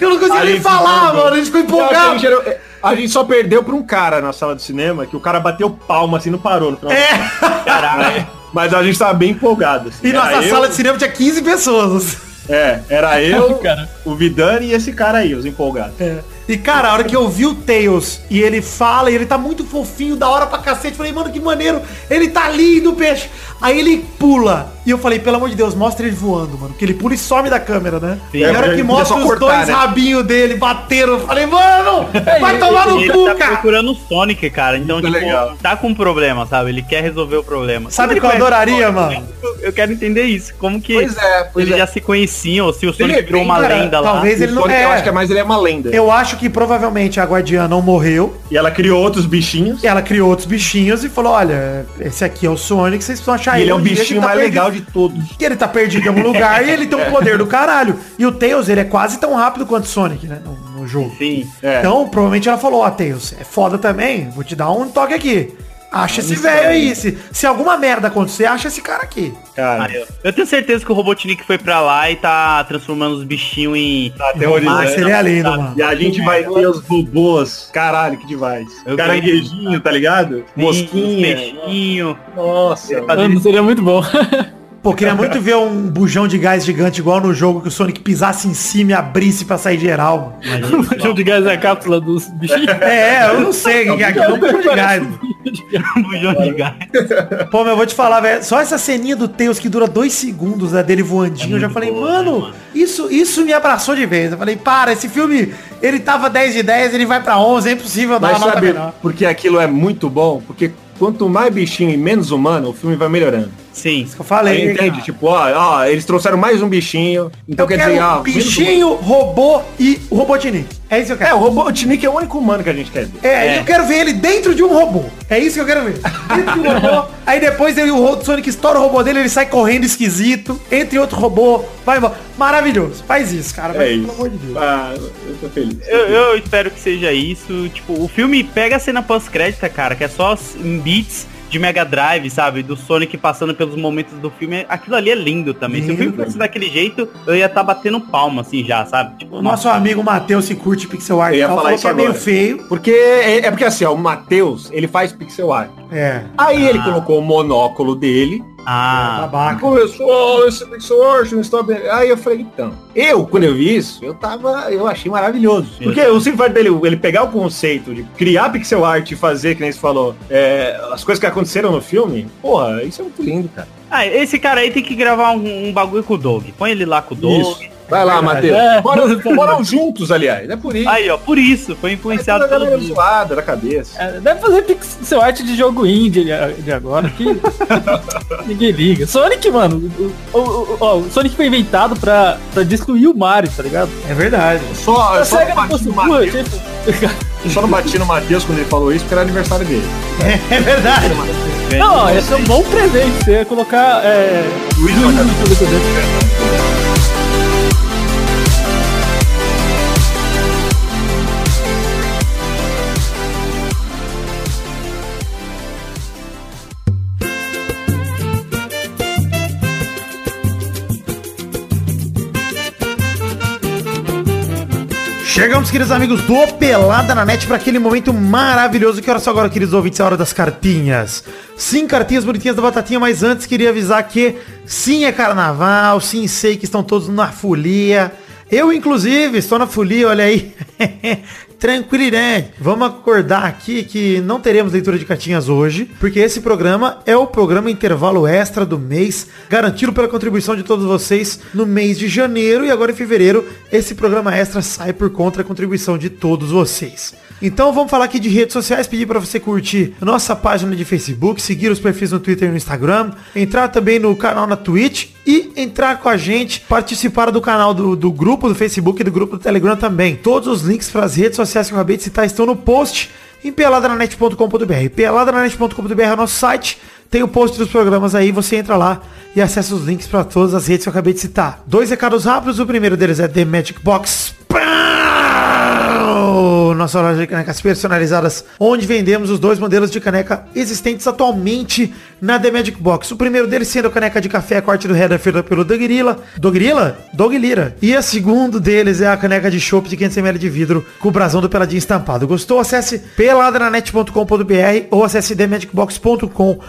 S3: Eu não consegui
S2: Aí
S3: nem
S2: ficou
S3: falar,
S2: bom.
S3: mano, a gente ficou
S2: Eu acho que a
S3: empolgado.
S2: gente era- é, A gente só perdeu pra um cara na sala de cinema, que o cara bateu palma assim, não parou no final.
S3: É,
S2: Caralho. Mas a gente tava bem empolgado. assim.
S3: e
S2: Era
S3: nossa
S2: eu-
S3: sala de cinema tinha 15 pessoas. assim.
S2: É, era eu,
S5: Cara.
S2: o Vidani e esse cara aí, os empolgados.
S3: É. E cara, a hora que eu vi o Tails e ele fala, e ele tá muito fofinho, da hora pra cacete, falei, mano, que maneiro, ele tá lindo, peixe. Aí ele pula. E eu falei, pelo amor de Deus, mostra ele voando, mano. Porque ele pula e some da câmera, né? e a
S2: É,
S3: hora
S2: ele
S3: que
S2: podia
S3: mostra
S2: só
S3: os
S2: cortar,
S3: dois
S2: né?
S3: rabinhos dele bateram, eu falei, mano,
S2: É,
S3: vai tomar no
S6: ele
S3: cu,
S6: tá
S3: cara.
S6: procurando o Sonic, cara. Então,
S2: Muito
S6: tipo,
S2: legal.
S6: tá com um problema, sabe? Ele quer resolver o problema.
S3: Sabe é
S6: Como
S3: o que eu
S6: ele conhece
S2: né?
S3: adoraria,
S6: o Sonic?
S3: mano?
S6: Eu- Eu quero entender isso. Como que
S2: Pois é, pois
S6: eles
S2: é.
S6: já se conheciam, ou se o Sonic
S2: repente,
S6: virou uma
S2: cara,
S6: lenda lá.
S3: Talvez ele
S2: O
S3: não
S2: Sonic, Eu acho que é
S3: é.
S2: mais ele é uma lenda.
S3: Eu acho que provavelmente a guardiã não morreu.
S2: E ela criou outros bichinhos.
S3: Ela criou outros bichinhos e falou, olha, esse aqui é o Sonic, vocês precisam achar
S2: e ele é um
S3: onde
S2: bichinho
S3: tá
S2: mais
S3: perdido."
S2: legal de todos.
S3: que ele tá perdido em algum lugar e ele tem um poder do caralho. E o Tails, ele é quase tão rápido quanto o Sonic, né? No, no jogo.
S6: Sim.
S2: É.
S3: Então, provavelmente ela falou, ó, Tails, é foda também, vou te dar um toque aqui. Acha esse velho aí. Se, se alguma merda acontecer, acha esse cara aqui.
S2: Cara,
S6: Ah, eu- Eu tenho certeza que o Robotnik foi pra lá e tá transformando os bichinhos em.
S2: tá terrorizando.
S3: Ah, seria lindo, mano.
S2: E a gente vai ter os robôs. Caralho, que demais.
S6: Eu
S2: Caranguejinho, tá ligado?
S6: em- em
S2: Mosquinha.
S3: né?
S6: peixinho.
S2: Nossa. tá
S6: Fazer
S5: Mano, seria muito bom.
S3: Pô, queria muito ver um bujão de gás gigante igual no jogo que o Sonic pisasse em cima e abrisse pra sair geral.
S5: O bujão de gás é a cápsula dos bichinhos.
S3: É, eu não sei o que é aquilo, um bujão de gás.
S6: um Bujão de gás.
S3: Pô, mas eu vou te falar, velho, só essa ceninha do Tails que dura dois segundos, né, dele voandinho, eu já falei, mano, isso isso me abraçou de vez. Eu falei, para, esse filme, ele tava 10 de 10, ele vai pra 11, é impossível dar
S2: Mas
S3: uma nota
S2: sabe
S3: menor.
S2: porque aquilo é muito bom? Porque quanto mais bichinho e menos humano, o filme vai melhorando.
S6: Sim.
S3: Isso que eu falei,
S2: Aí, entende? Tipo, ó, ó, eles trouxeram mais um bichinho. Então
S3: Eu
S2: quer
S3: quero um
S2: dizer, ó, menos
S3: bichinho, robô e o Robotnik. É isso que
S2: humano. É,
S3: eu quero.
S2: o Robotnik é o único humano que a gente quer ver.
S3: É, eu quero ver ele dentro de um robô. É isso que eu quero ver. Dentro de um robô. Aí depois ele, o Ro- Sonic estoura o robô dele, ele sai correndo esquisito, entre outro robô, vai embora. Maravilhoso. Faz isso, cara.
S2: É
S3: mas,
S2: isso.
S3: Pelo amor de Deus.
S2: Ah, eu tô feliz.
S6: Eu, eu espero que seja isso. Tipo, o filme pega a cena pós-crédita, cara, que é só as- em beats de Mega Drive, sabe? Do Sonic passando pelos momentos do filme. Aquilo ali é lindo também. Se o filme
S3: Lindo.
S6: fosse daquele jeito, eu ia estar batendo palma, assim, já, sabe? Tipo,
S3: O nosso amigo Matheus que curte pixel art
S2: Eu ia
S3: tal,
S2: falar
S3: falou
S2: isso
S3: que é meio
S2: agora.
S3: feio.
S2: Porque é, é porque assim, ó, o Matheus, ele faz pixel art.
S3: É,
S2: Aí ele
S6: Ah.
S2: colocou o monóculo dele.
S6: Ah,
S3: babaca.
S2: Começou, "Oh, esse pixel art não está bem. Aí eu falei, então. Eu, quando eu vi isso, eu tava. Eu achei maravilhoso. Porque o simples fato dele, ele pegar o conceito de criar pixel art e fazer, que nem você falou, é, as coisas que aconteceram no filme, porra, isso é muito lindo, cara.
S6: ah, esse cara aí tem que gravar um, um bagulho com o Doug. Põe ele lá com o Doug.
S2: Isso. Vai lá, Matheus.
S5: É.
S2: Foram, foram juntos, aliás. É por isso.
S6: Aí, ó, por isso, foi influenciado
S2: Aí toda a
S6: pelo
S2: galera
S6: Doug.
S2: zoada da cabeça.
S5: É, Deve fazer pixel art de jogo indie de- de agora, que ninguém liga. Sonic, mano, o, o- o- ó, o Sonic foi inventado pra, pra destruir o Mario, tá ligado?
S3: É verdade.
S2: Só, eu
S5: A
S2: só, não
S5: SEGA não
S2: bati no
S5: conseguiu, eu
S2: Mateus,
S5: achei-
S2: só não bati no Matheus quando ele falou isso, porque era aniversário dele.
S3: É verdade.
S5: Não, ó, esse é um bom presente, você ia colocar... É,
S2: Hum.
S3: Chegamos, queridos amigos do Pelada na Net, para aquele momento maravilhoso. Que hora só agora, queridos ouvintes? É a hora das cartinhas. Sim, cartinhas bonitinhas da Batatinha, mas antes queria avisar que sim, é carnaval, sim, sei que estão todos na folia. Eu, inclusive, estou na folia, olha aí. Tranquilidade. Vamos acordar aqui que não teremos leitura de cartinhas hoje, porque esse programa é o programa intervalo extra do mês, garantido pela contribuição de todos vocês no mês de janeiro e agora em fevereiro, esse programa extra sai por conta da contribuição de todos vocês. Então vamos falar aqui de redes sociais, pedir para você curtir nossa página de Facebook, seguir os perfis no Twitter e no Instagram, entrar também no canal na Twitch e entrar com a gente, participar do canal do, do grupo do Facebook e do grupo do Telegram também. Todos os links para as redes sociais que eu acabei de citar estão no post em peladranet.com.br. Peladranet.com.br é o nosso site, tem o post dos programas aí, você entra lá e acessa os links para todas as redes que eu acabei de citar. Dois recados rápidos, o primeiro deles é The Magic Box. Pau! Nossa loja de canecas personalizadas, onde vendemos os dois modelos de caneca existentes atualmente na The Magic Box. O primeiro deles sendo a caneca de café, corte do header feita pelo Dogrila. Dogrila? Doglira. E a segundo deles é a caneca de chopp de 500ml de vidro com o brasão do Peladinho estampado. Gostou? Acesse peladranet.com.br ou acesse themagicbox.com.br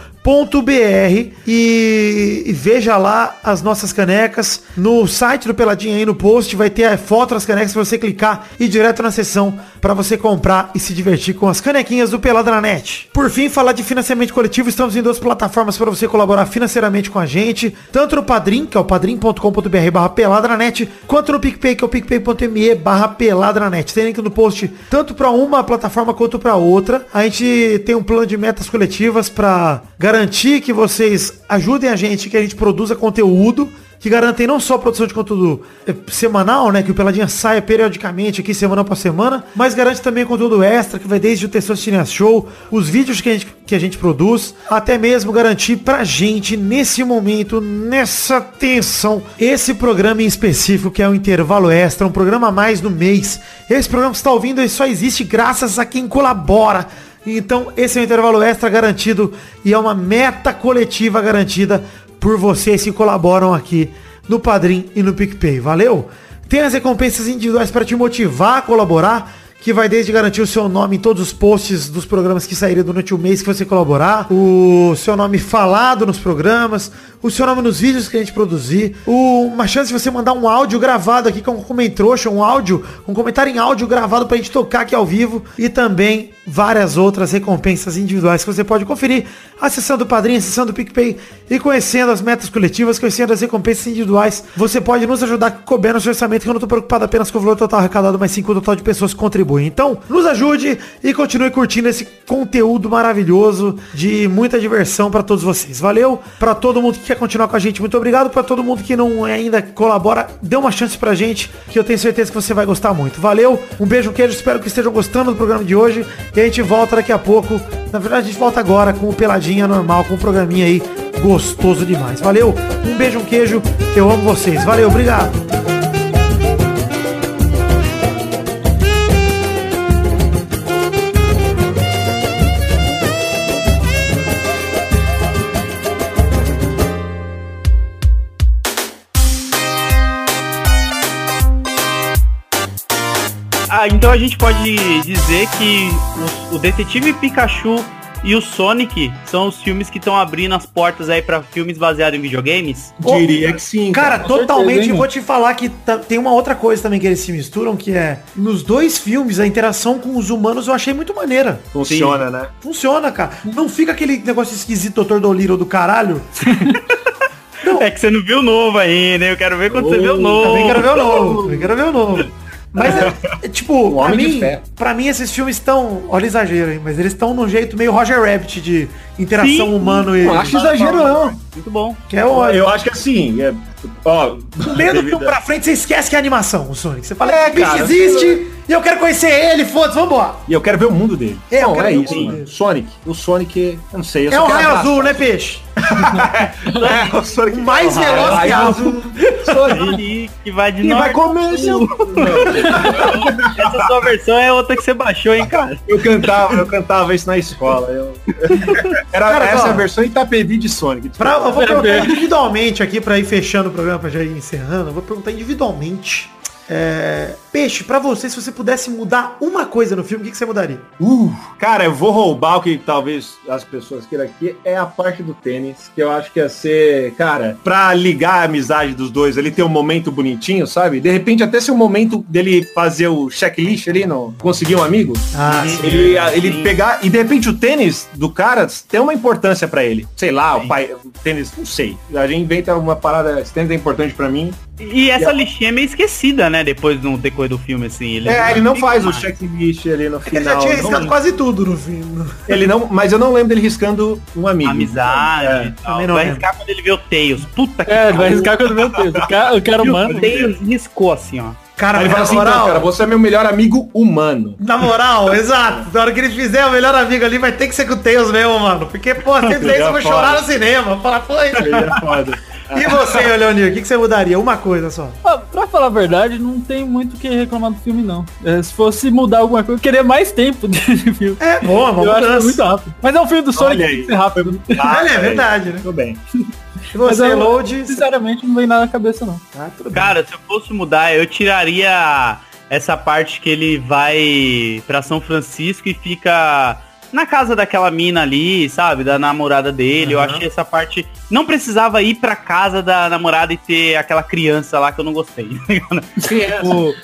S3: e, e veja lá as nossas canecas. No site do Peladinho aí no post vai ter a foto das canecas pra você clicar e ir direto na seção pra você comprar e se divertir com as canequinhas do Peladranet. Por fim, falar de financiamento coletivo, estamos em duas plataformas para você colaborar financeiramente com a gente, tanto no Padrim, que é o padrim.com.br barra peladranet, quanto no PicPay, que é o picpay.me barra peladranet. Tem link no post tanto para uma plataforma quanto para outra. A gente tem um plano de metas coletivas para garantir que vocês ajudem a gente, que a gente produza conteúdo que garantem não só a produção de conteúdo eh, semanal, né, que o Peladinha saia periodicamente aqui semana após semana, mas garante também conteúdo extra, que vai desde o Tessões Cineas Show, os vídeos que a, gente, que a gente produz, até mesmo garantir pra gente, nesse momento, nessa tensão, esse programa em específico, que é o Intervalo Extra, um programa a mais no mês. Esse programa que você está ouvindo ele só existe graças a quem colabora. Então, esse é um intervalo extra garantido e é uma meta coletiva garantida por vocês que colaboram aqui no Padrim e no PicPay. Valeu? Tem as recompensas individuais para te motivar a colaborar, que vai desde garantir o seu nome em todos os posts dos programas que saírem durante o mês que você colaborar, o seu nome falado nos programas, o seu nome nos vídeos que a gente produzir, o- uma chance de você mandar um áudio gravado aqui com um comentrouxa, um áudio, um comentário em áudio gravado pra gente tocar aqui ao vivo e também várias outras recompensas individuais que você pode conferir acessando o Padrim, acessando o PicPay e conhecendo as metas coletivas, conhecendo as recompensas individuais. Você pode nos ajudar cobrando o seu orçamento, que eu não tô preocupado apenas com o valor total arrecadado, mas sim com o total de pessoas que contribuem. Então, nos ajude e continue curtindo esse conteúdo maravilhoso de muita diversão pra todos vocês. Valeu pra todo mundo que quer continuar com a gente. Muito obrigado pra todo mundo que não é ainda colabora. Dê uma chance pra gente, que eu tenho certeza que você vai gostar muito. Valeu, um beijo, um queijo. Espero que estejam gostando do programa de hoje. E a gente volta daqui a pouco. Na verdade, a gente volta agora com o Peladinha normal, com o programinha aí gostoso demais. Valeu, um beijo, um queijo. Eu amo vocês. Valeu, obrigado.
S6: Ah, então a gente pode dizer que os- o Detetive Pikachu e o Sonic são os filmes que estão abrindo as portas aí pra filmes baseados em videogames?
S2: Diria que sim.
S3: Cara,
S5: Com
S3: totalmente.
S5: certeza, hein,
S3: eu vou te falar que tá- tem uma outra coisa também que eles se misturam, que é nos dois filmes a interação com os humanos eu achei muito maneira.
S2: Funciona, né?
S3: Funciona, cara. Não fica aquele negócio esquisito Dr. Dolittle do caralho.
S6: É que você não viu o novo ainda, hein? eu quero ver quando você vê o novo.
S3: Também quero ver o novo. Também quero ver o novo. Mas, é, é, tipo, pra
S2: Oh. Um homem de
S3: mim,
S2: fé.
S3: pra mim esses filmes estão... Olha o exagero, hein? Mas eles estão num jeito meio Roger Rabbit de interação
S6: Sim.
S3: humano e...
S2: Não acho exagero, não.
S6: Muito bom.
S3: Que é o...
S2: Eu acho que assim, é, ó,
S3: Do meio do
S2: devido
S3: filme um pra frente, você esquece que é animação, o Sonic. Você fala,
S2: É,
S3: é, bicho
S2: cara,
S3: existe e eu quero conhecer ele, foda-se, vambora.
S2: E eu quero ver o mundo dele.
S3: É, eu
S2: Não,
S3: quero
S2: é
S3: ver o
S2: isso,
S3: mundo
S2: mano.
S3: dele.
S2: Sonic. O Sonic, eu não sei. Eu
S3: É
S2: só
S3: um
S2: quero
S3: raio
S2: abraçar.
S3: azul, né, peixe?
S2: É, o Sonic.
S3: Mais
S2: é um raio
S3: veloz que azul.
S6: Ele que vai de
S2: E vai
S6: norte.
S2: comer né? seu...
S6: Essa sua versão é outra que você baixou, hein, cara?
S2: Eu cantava, eu cantava isso na escola. eu- Era
S3: Cara,
S2: essa
S3: ó.
S2: a versão Itapevi de Sonic.
S3: Pra- eu vou perguntar individualmente aqui pra ir fechando o programa, pra já ir encerrando. Eu vou perguntar individualmente. É, Peixe, pra você, se você pudesse mudar uma coisa no filme, o que, que você mudaria?
S2: Uh, cara, eu vou roubar o que talvez as pessoas queiram aqui, é a parte do tênis, que eu acho que ia ser, cara, pra ligar a amizade dos dois ali, ter um momento bonitinho, sabe? De repente até ser um momento dele fazer o checklist ali, não conseguir um amigo.
S3: Ah,
S2: Ele, ele pegar. E de repente o tênis do cara tem uma importância pra ele. Sei lá, o pai. O tênis, não sei. A gente inventa uma parada. Esse tênis é importante pra mim.
S6: E essa listinha é meio esquecida, né? Depois no decorrer do filme, assim. Ele
S2: É, ele não faz o
S6: mais.
S2: checklist ali no final.
S3: Ele já tinha
S2: não-
S3: arriscado quase tudo no filme.
S2: ele não, mas eu não lembro dele riscando um amigo. É.
S6: Amizade. e tal.
S3: Também não
S6: vai
S3: lembro.
S6: arriscar quando ele vê o Tails. Puta que
S5: É, ele vai arriscar quando vê o texto. O cara, o cara
S6: pariu,
S5: humano.
S6: O Tails riscou assim, ó.
S3: Cara,
S2: Aí ele fala
S3: na
S2: assim,
S3: moral,
S2: "Não, cara, você é meu melhor amigo humano.
S3: na moral, exato. Na hora que ele fizer o melhor amigo ali, vai ter que ser com o Tails mesmo, mano. Porque, pô, sempre
S2: Ele
S3: isso eu vou
S2: é
S3: chorar
S2: foda.
S3: no cinema. Vou Falar, pô,
S2: Ele é foda.
S3: E você, Leonir, o que, que você mudaria? Uma coisa só.
S5: Ah, Pra falar a verdade, não tem muito o que reclamar do filme, não. É, se fosse mudar alguma coisa, eu queria mais tempo de filme.
S3: É, boa, uma
S5: Eu acho que é
S3: mudança.
S5: muito rápido. Mas é um filme do Sonic,
S2: Olha
S5: tem
S2: aí.
S5: que ser rápido.
S2: Ah,
S3: Olha, é
S2: peraí.
S3: verdade, né?
S2: Tudo bem.
S3: E você,
S5: eu-
S3: Load,
S5: Sinceramente, não vem nada na cabeça, não.
S6: Cara, se eu fosse mudar, eu tiraria essa parte que ele vai pra São Francisco e fica na casa daquela mina ali, sabe? Da namorada dele. Eu achei essa parte. Não precisava ir pra casa da namorada e ter aquela criança lá que eu não gostei.
S5: O,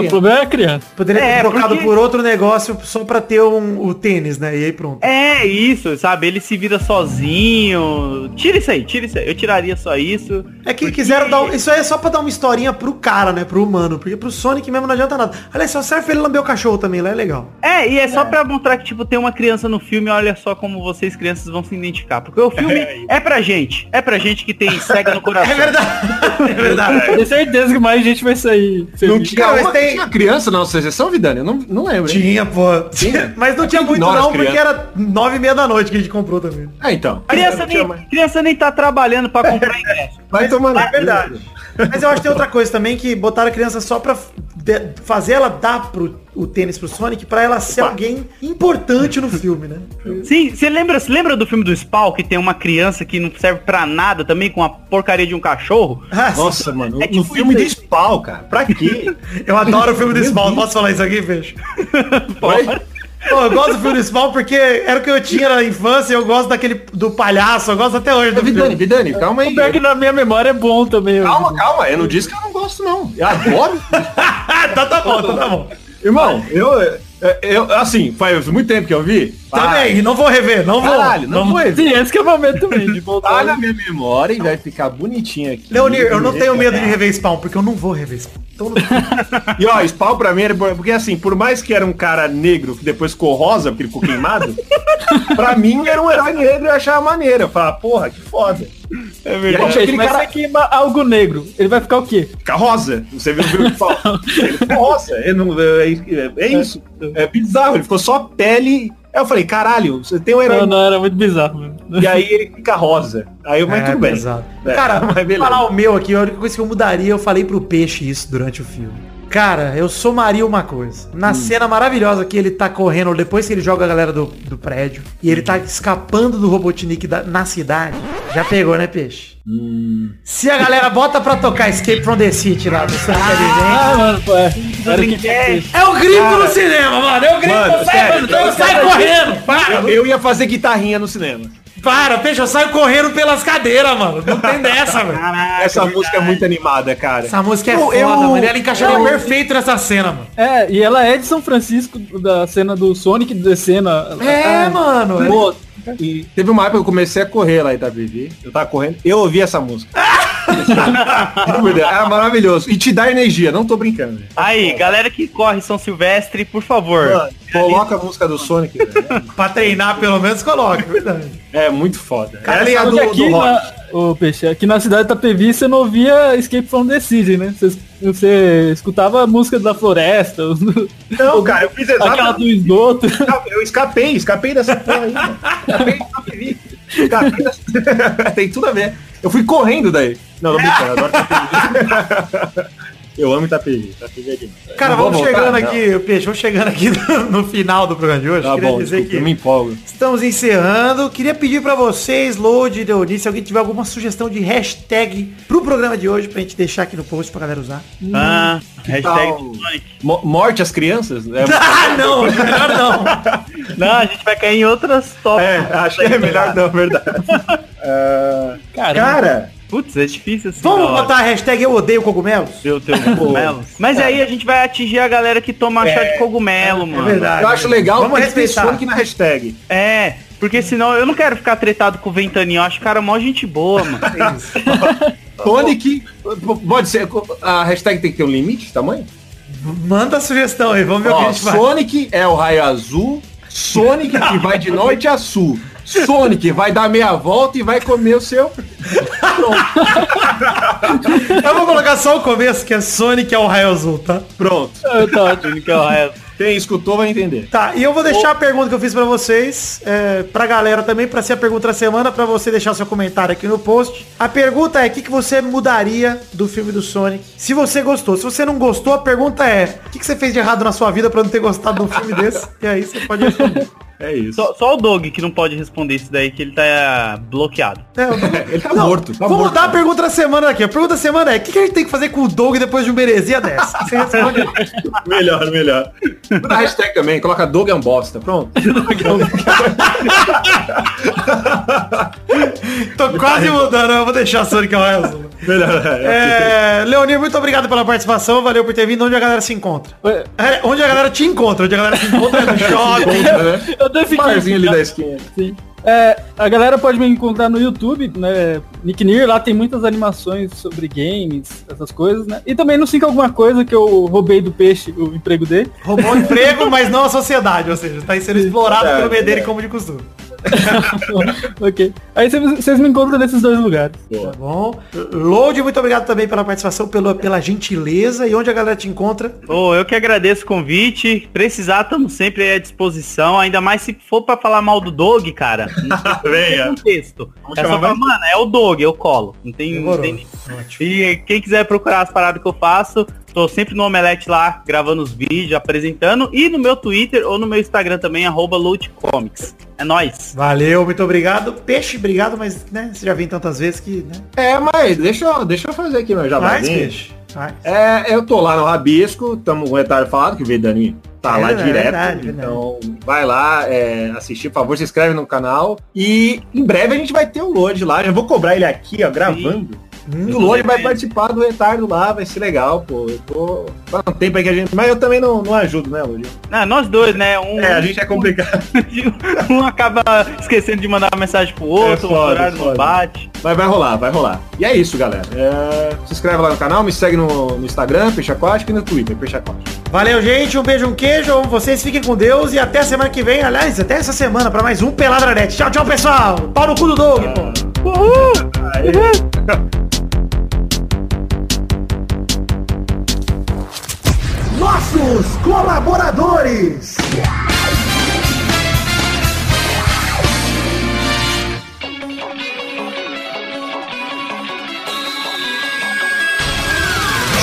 S5: o problema é a criança.
S3: Poderia ter
S6: É,
S3: trocado
S6: porque-
S3: por outro negócio só pra ter um, o tênis, né? E aí pronto.
S6: É isso, sabe? Ele se vira sozinho. Tira isso aí, tira isso aí. Eu tiraria só isso.
S3: É que quiseram dar. um- Isso aí é só pra dar uma historinha pro cara, né? Pro humano. Porque pro Sonic mesmo não adianta nada. Aliás, só serve ele lamber o cachorro também, lá é legal.
S6: É, e é só pra mostrar que, tipo, tem uma criança no filme, olha só como vocês, crianças, vão se identificar. Porque o filme é pra gente. É pra gente que tem cega no coração.
S3: É verdade. É verdade.
S5: Tenho certeza que mais gente vai sair.
S2: Não
S5: feliz.
S2: tinha,
S3: Cara, mas
S2: uma,
S3: tem-
S2: tinha criança na nossa sessão, Vidani? Eu não, não lembro. hein?
S3: Tinha, pô.
S2: Tinha?
S3: Mas não tinha muito
S2: Ignora as
S3: não, porque
S2: crianças.
S3: era nove e meia da noite que a gente comprou também.
S2: Ah, então.
S6: Criança
S2: Não tinha mais.
S6: nem, criança nem tá trabalhando pra comprar ingresso.
S2: Vai tomando.
S3: É verdade. Mas eu acho que tem outra coisa também, que botaram a criança só pra de- fazer ela dar pro, o tênis pro Sonic, pra ela ser alguém importante no filme, né?
S6: Sim, você lembra, você lembra do filme do Spawn, que tem uma criança que não serve pra nada também, com a porcaria de um cachorro?
S2: Nossa, mano.
S6: É
S2: É
S6: tipo
S2: no filme
S6: isso
S2: do
S6: aí.
S2: Spawn, cara. Pra quê?
S3: Eu adoro o filme do
S2: Meu
S3: Spawn.
S2: Deus.
S3: Posso falar isso aqui, Peixe?
S2: Oi?
S3: Pô, eu gosto do filme do Spawn porque era o que eu tinha na infância e eu gosto daquele do palhaço, eu gosto até hoje do
S2: é Vidani,
S3: filme.
S2: Vidani, calma aí.
S5: O pior que na minha memória é bom também. mano.
S2: Calma, calma. Eu não disse que eu não gosto, não. Eu adoro.
S3: Ah, tá, tá bom, tá, tá bom.
S2: Irmão, eu, eu. Assim, faz muito tempo que eu vi. Ah,
S3: Também, não vou rever, não vou.
S2: Caralho, não vou
S5: Sim, esse que é o momento mesmo de
S2: Tá
S5: voltar. É,
S2: na minha memória e vai ficar bonitinho aqui.
S3: Leonir, eu não tenho medo de rever Spawn, porque eu não vou rever Spawn. Então não...
S2: E ó, Spawn pra mim era. bom, Porque assim, por mais que era um cara negro que depois ficou rosa, porque ele ficou queimado, pra mim era um herói negro e eu achava maneiro. Eu falava, porra, que foda. É
S5: Pô,
S2: verdade.
S5: gente,
S2: aquele
S5: mas
S2: cara
S5: se queima algo negro, ele vai ficar o quê?
S3: é-
S2: fica rosa. Você viu o filme que fala? Ele ficou rosa. Ele não, é, é- é isso. É bizarro. Ele ficou só pele. Aí eu falei, caralho, você tem um herói.
S5: Não, não, era muito bizarro. mano.
S2: E aí ele fica rosa. Aí eu, mas
S3: É,
S2: tudo bem.
S3: pesado.
S2: É,
S3: Cara,
S2: mas beleza.
S3: falar o meu aqui, a única coisa que eu mudaria, eu falei pro peixe isso durante o filme. Cara, eu somaria uma coisa. Na
S2: Hum.
S3: cena maravilhosa que ele tá correndo, depois que ele joga a galera do, do prédio, e ele
S2: Hum.
S3: tá escapando do Robotnik da- na cidade, já pegou, né, peixe?
S2: Hum.
S3: Se a galera bota pra tocar Escape from the City lá do Sonic Adventure,
S5: Ah, mano, pô. é. Era que tinha que ser.
S3: É o grito no cinema, mano. É o grito.
S2: Mano,
S3: sai,
S2: sério,
S3: mano, eu saio correndo. Para,
S2: Eu, eu ia fazer guitarrinha no cinema.
S3: para, peixe, eu saio correndo pelas cadeiras, mano. Não tem dessa, velho.
S2: Essa música é muito animada, cara.
S3: Essa música é
S2: Eu-
S3: foda,
S2: eu-
S3: mano. Ela encaixaria perfeito nessa cena, mano.
S5: É, e ela é de São Francisco, da cena do Sonic descendo. a-
S3: É,
S5: a-
S3: mano.
S2: Pô, e teve uma época que eu comecei a correr lá em Itapevi. Eu tava correndo, eu ouvi essa música. Juro por Deus, Era maravilhoso. E te dá energia, não tô brincando. velho.
S6: Aí, galera que corre São Silvestre, por favor.
S2: Mano, Coloca a música do Sonic. velho.
S3: Pra treinar, pelo menos, coloca. verdade.
S2: É muito foda.
S3: Cara,
S2: Essa é a
S5: Só
S2: do,
S5: que aqui
S2: do rock.
S5: na, Ô, Peixe, aqui na cidade da Pevi você não ouvia Escape from the City, né? Você, você escutava a música da floresta,
S2: Não, cara, eu fiz
S5: aquela
S2: exatamente.
S5: do esgoto.
S2: Eu escapei, escapei dessa porra aí, mano. Escapei de Itapevi. Escapei dessa... Tem tudo a ver. Eu fui correndo daí. Não, não brincando, eu adoro Itapevi. Eu amo Itapevi. Itapevi é demais. Não
S3: Cara,
S2: vou
S3: vamos
S2: voltar,
S3: chegando
S2: não.
S3: aqui, Peixe, vamos chegando aqui no, no final do programa de hoje.
S2: Tá
S3: Queria
S2: bom,
S3: dizer
S2: desculpa, eu
S3: que
S2: me empolgo.
S3: estamos encerrando. Queria pedir pra vocês, Load, Leoni, se alguém tiver alguma sugestão de hashtag pro programa de hoje, pra gente deixar aqui no post pra galera usar.
S6: Ah, hashtag
S2: tal?
S6: do Sonic.
S2: Mo- morte às crianças? né?
S3: Ah, não, melhor não.
S6: Não, a gente vai cair em outras tops.
S2: É, acho que é melhor não, verdade. Ah,
S5: Cara,
S2: cara,
S6: Putz, é difícil assim.
S3: Vamos
S6: na hora.
S3: botar a hashtag eu odeio cogumelos?
S6: Meu Deus, cogumelos. Mas aí a gente vai atingir a galera que
S3: É,
S6: toma chá de cogumelo, mano.
S2: eu acho legal
S3: Vamos
S2: porque tem
S3: respeitar.
S2: Sonic na hashtag.
S6: É, porque senão eu não quero ficar tretado com o Ventaninho. Eu acho o cara mó gente boa, mano.
S2: Sonic, p- pode ser, a hashtag tem que ter um limite de tamanho?
S3: Manda a sugestão aí, vamos ver o que a
S2: Ó,
S3: gente vai.
S2: Sonic é o raio azul, Sonic que vai de norte a sul, Sonic vai dar meia volta e vai comer o seu... Pronto,
S3: Eu vou colocar só o começo, que é Sonic é o raio azul, tá?
S2: pronto.
S5: eu tava-
S6: Sonic é o raio.
S2: Quem escutou vai entender.
S3: Tá, e eu vou deixar a pergunta que eu fiz pra vocês, é, pra galera também, pra ser a pergunta da semana, pra você deixar seu comentário aqui no post. A pergunta é, o que, que você mudaria do filme do Sonic? Se você gostou. Se você não gostou, a pergunta é, o que, que você fez de errado na sua vida pra não ter gostado de um filme desse? E aí você pode responder.
S2: É isso.
S6: Só, só o Dog que não pode responder isso daí, que ele tá bloqueado.
S3: É, eu tô-
S2: Ele tá
S3: Não,
S2: morto. Tá
S3: vamos
S2: morto.
S3: mudar a pergunta da semana aqui. A pergunta da semana é, o que, que a gente tem que fazer com o Doug depois de um beresia dessa? Você responde aí.
S2: Melhor, melhor. Muda a hashtag também, coloca Doug é um bosta. Pronto.
S3: Tô quase mudando, eu vou deixar a Sonic é o raio azul.
S2: Melhor.
S3: É, Leonir, muito obrigado pela participação, valeu por ter vindo. Onde a galera se encontra?
S5: Ué.
S3: É, Onde a galera te encontra? Onde a galera se encontra é no shopping.
S2: É.
S5: eu até
S2: Barzinho ali
S5: fiquei... assim,
S2: da esquina.
S5: Sim. É, a galera pode me encontrar no YouTube, né? Nick Near, lá tem muitas animações sobre games, essas coisas, né? E também no 5 Alguma Coisa, que eu roubei do peixe o emprego dele.
S3: Roubou o emprego, mas não a sociedade, ou seja, tá sendo explorado
S2: É,
S3: pelo Medeiro
S2: é.
S3: como de costume.
S5: ok. Aí vocês me encontram nesses dois lugares.
S3: Tá bom? Load, muito obrigado também pela participação, pela, pela gentileza. E onde a galera te encontra?
S6: Ô, eu que agradeço o convite. Precisar, estamos sempre aí à disposição. Ainda mais se for pra falar mal do Dog, cara. Não tem
S2: Venha.
S6: contexto. É
S2: chamar
S6: só falar, mano, é o Dog, eu colo. Não tem, não
S3: Demorou.
S6: tem E quem quiser procurar as paradas que eu faço, tô sempre no Omelete lá, gravando os vídeos, apresentando, e no meu Twitter ou no meu Instagram também, arroba LootComics. É nóis.
S3: Valeu, muito obrigado. Peixe, obrigado, mas né, você já vem tantas vezes que. Né?
S2: É, mas deixa eu, deixa eu fazer aqui meu
S3: Mais,
S2: jabazinho.
S3: peixe. demais.
S2: É, eu tô lá no Rabisco, tamo com o Retalho Falado, que veio Dani tá
S3: É
S2: lá
S3: verdade,
S2: direto.
S3: verdade,
S2: então vai lá, é, assistir, por favor, se inscreve no canal. E em breve a gente vai ter o Lodi lá. Já vou cobrar ele aqui, ó, gravando. E o Lodi vai participar do retardo lá, vai ser legal, pô. Eu tô. Faz um tempo aí que a gente. Mas eu também não, não ajudo, né, Lodi?
S6: Ah, nós dois, né? Um,
S2: É, a gente é complicado.
S6: um acaba esquecendo de mandar uma mensagem pro outro,
S2: É foda,
S6: o horário
S2: foda.
S6: não bate.
S2: Mas vai rolar, vai rolar. E é isso, galera. É, se inscreve lá no canal, me segue no, no Instagram, Peixe Aquático, e no Twitter, Peixe Aquático.
S3: Valeu, gente. Um beijo, um queijo. Eu amo Vocês fiquem com Deus e até semana que vem. Aliás, até essa semana pra mais um Peladranete. Tchau, tchau, pessoal. Pau no cu do Doug, pô. Nossos colaboradores.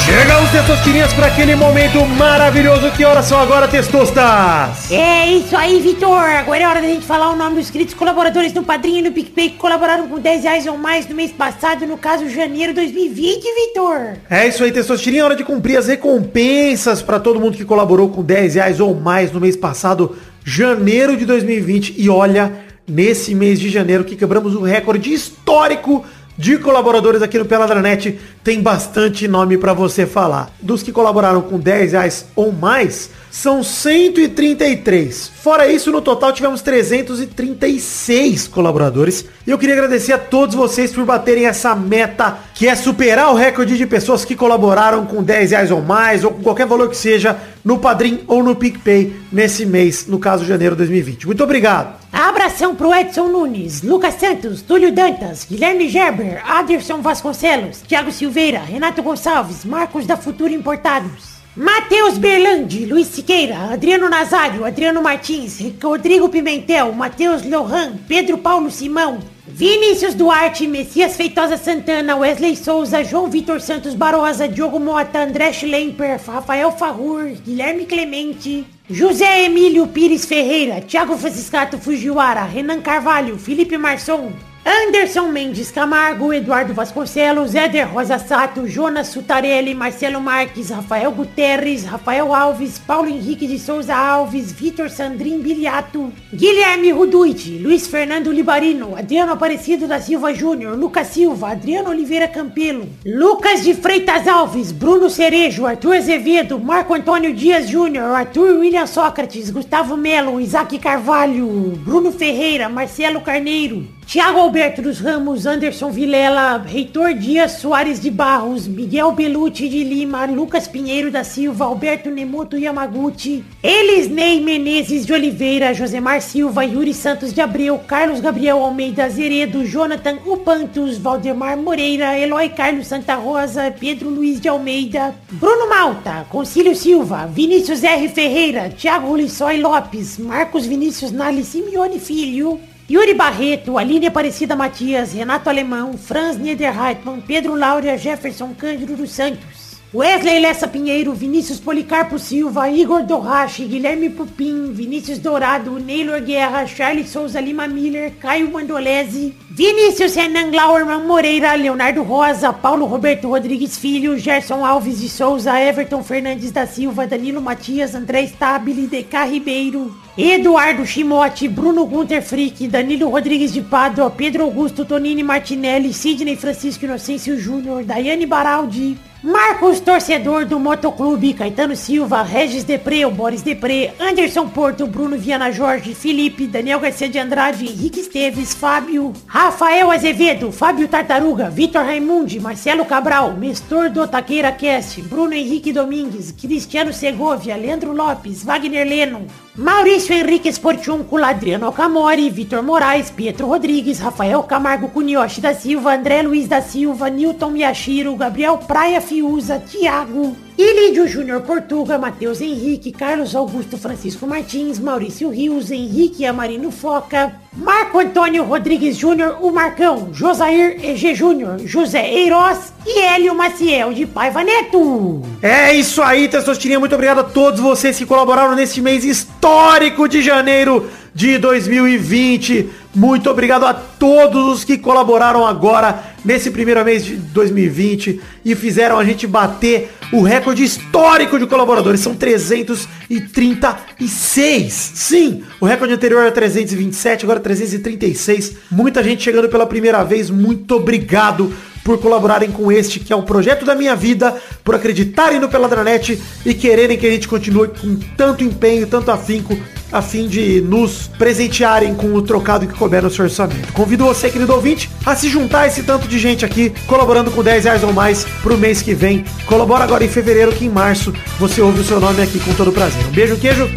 S3: Chegamos, testosterinhas, para aquele momento maravilhoso. Que horas são agora, testostas?
S9: É isso aí, Vitor. Agora é hora da gente falar o nome dos queridos colaboradores no Padrinho e no PicPay que colaboraram com 10 reais ou mais no mês passado, no caso, janeiro de 2020, Vitor.
S3: É isso aí, Testostirinha. É hora de cumprir as recompensas para todo mundo que colaborou com 10 reais ou mais no mês passado, janeiro de 2020. E olha, nesse mês de janeiro que quebramos um recorde histórico de colaboradores aqui no Peladranet, tem bastante nome para você falar. Dos que colaboraram com 10 reais ou mais, são 133. Fora isso, no total tivemos 336 colaboradores. E eu queria agradecer a todos vocês por baterem essa meta, que é superar o recorde de pessoas que colaboraram com 10 reais ou mais, ou com qualquer valor que seja, no Padrim ou no PicPay nesse mês, no caso, janeiro de 2020. Muito obrigado.
S9: Abração pro Edson Nunes, Lucas Santos, Túlio Dantas, Guilherme Gerber, Aderson Vasconcelos, Thiago Silveira, Renato Gonçalves, Marcos da Futura Importados. Matheus Berlandi, Luiz Siqueira, Adriano Nazário, Adriano Martins, Rodrigo Pimentel, Matheus Lohan, Pedro Paulo Simão, Vinícius Duarte, Messias Feitosa Santana, Wesley Souza, João Vitor Santos Barosa, Diogo Mota, André Schlemper, Rafael Farrur, Guilherme Clemente, José Emílio Pires Ferreira, Thiago Franciscato Fujiwara, Renan Carvalho, Felipe Marçom, Anderson Mendes Camargo, Eduardo Vasconcelos, Éder Rosa Sato, Jonas Sutarelli, Marcelo Marques, Rafael Guterres, Rafael Alves, Paulo Henrique de Souza Alves, Vitor Sandrin Biliato, Guilherme Ruduiti, Luiz Fernando Libarino, Adriano Aparecido da Silva Júnior, Lucas Silva, Adriano Oliveira Campelo, Lucas de Freitas Alves, Bruno Cerejo, Arthur Azevedo, Marco Antônio Dias Júnior, Arthur William Sócrates, Gustavo Melo, Isaac Carvalho, Bruno Ferreira, Marcelo Carneiro, Tiago Alberto dos Ramos, Anderson Vilela, Reitor Dias Soares de Barros, Miguel Belucci de Lima, Lucas Pinheiro da Silva, Alberto Nemoto Yamaguchi, Elisney Menezes de Oliveira, Josemar Silva, Yuri Santos de Abreu, Carlos Gabriel Almeida Zeredo, Jonathan Upantos, Valdemar Moreira, Eloy Carlos Santa Rosa, Pedro Luiz de Almeida, Bruno Malta, Concílio Silva, Vinícius R. Ferreira, Tiago Lissói Lopes, Marcos Vinícius Nali Simeone Filho, Yuri Barreto, Aline Aparecida Matias, Renato Alemão, Franz Niederreitmann, Pedro Laura, Jefferson Cândido dos Santos, Wesley Lessa Pinheiro, Vinícius Policarpo Silva, Igor Dorrache, Guilherme Pupim, Vinícius Dourado, Neylor Guerra, Charles Souza Lima Miller, Caio Mandolese, Vinícius Renan Glauerman Moreira, Leonardo Rosa, Paulo Roberto Rodrigues Filho, Gerson Alves de Souza, Everton Fernandes da Silva, Danilo Matias, André Stabile, DK Ribeiro, Eduardo Chimote, Bruno Gunter Frick, Danilo Rodrigues de Pádua, Pedro Augusto, Tonini Martinelli, Sidney Francisco Inocêncio Júnior, Daiane Baraldi, Marcos Torcedor do Motoclube, Caetano Silva, Regis Depré, o Boris Depré, Anderson Porto, Bruno Viana Jorge, Felipe, Daniel Garcia de Andrade, Henrique Esteves, Fábio, Rafael Azevedo, Fábio Tartaruga, Vitor Raimundi, Marcelo Cabral, Mestor do Taqueira Cast, Bruno Henrique Domingues, Cristiano Segovia, Leandro Lopes, Wagner Leno, Maurício Henrique Sportiúncula, Adriano Alcamori, Vitor Moraes, Pietro Rodrigues, Rafael Camargo Cunioche da Silva, André Luiz da Silva, Newton Miyashiro, Gabriel Praia Fiuza, Thiago, Ilídio Júnior Portuga, Matheus Henrique, Carlos Augusto Francisco Martins, Maurício Rios, Henrique Amarino Foca, Marco Antônio Rodrigues Júnior, o Marcão, Josair EG Júnior, José Eiroz e Hélio Maciel de Paiva Neto.
S3: É isso aí, Testostirinha. Muito obrigado a todos vocês que colaboraram nesse mês histórico de janeiro de 2020. Muito obrigado a todos os que colaboraram agora nesse primeiro mês de 2020 e fizeram a gente bater o recorde histórico de colaboradores. São 336. Sim, o recorde anterior era 327, agora 336. Muita gente chegando pela primeira vez. Muito obrigado por colaborarem com este que é o projeto da minha vida, por acreditarem no Peladranet e quererem que a gente continue com tanto empenho, tanto afinco, a fim de nos presentearem com o trocado que couber no seu orçamento. Convido você, querido ouvinte, a se juntar a esse tanto de gente aqui, colaborando com 10 reais ou mais pro mês que vem. Colabora agora em fevereiro, que em março você ouve o seu nome aqui com todo prazer. Um beijo, queijo.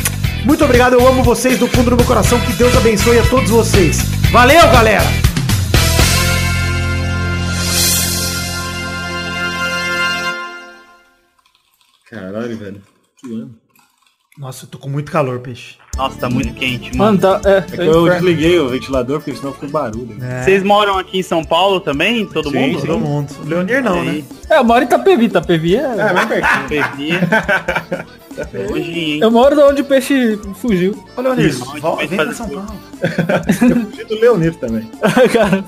S3: Muito obrigado, eu amo vocês do fundo do meu coração. Que Deus abençoe a todos vocês. Valeu, galera!
S2: Caralho, velho. Que ano.
S3: Nossa, eu tô com muito calor, peixe.
S6: Nossa, tá muito quente, mano.
S5: Mano, tá. É, tá
S2: Eu
S5: inferno. É.
S2: desliguei o ventilador porque senão ficou um barulho.
S6: Vocês moram aqui em São Paulo também? Todo mundo?
S3: É. Todo mundo. O Leonir não, né?
S5: É, eu moro em Itapevi. Itapevi é.
S6: Fervia. Hoje, hein?
S5: Eu moro da onde o peixe fugiu.
S3: Ô, Leonir,
S6: Isso.
S3: vol-
S6: Vai
S3: vem pra
S6: fazer
S3: São
S6: tudo.
S3: Paulo.
S2: Eu do Leonir também.
S5: Cara,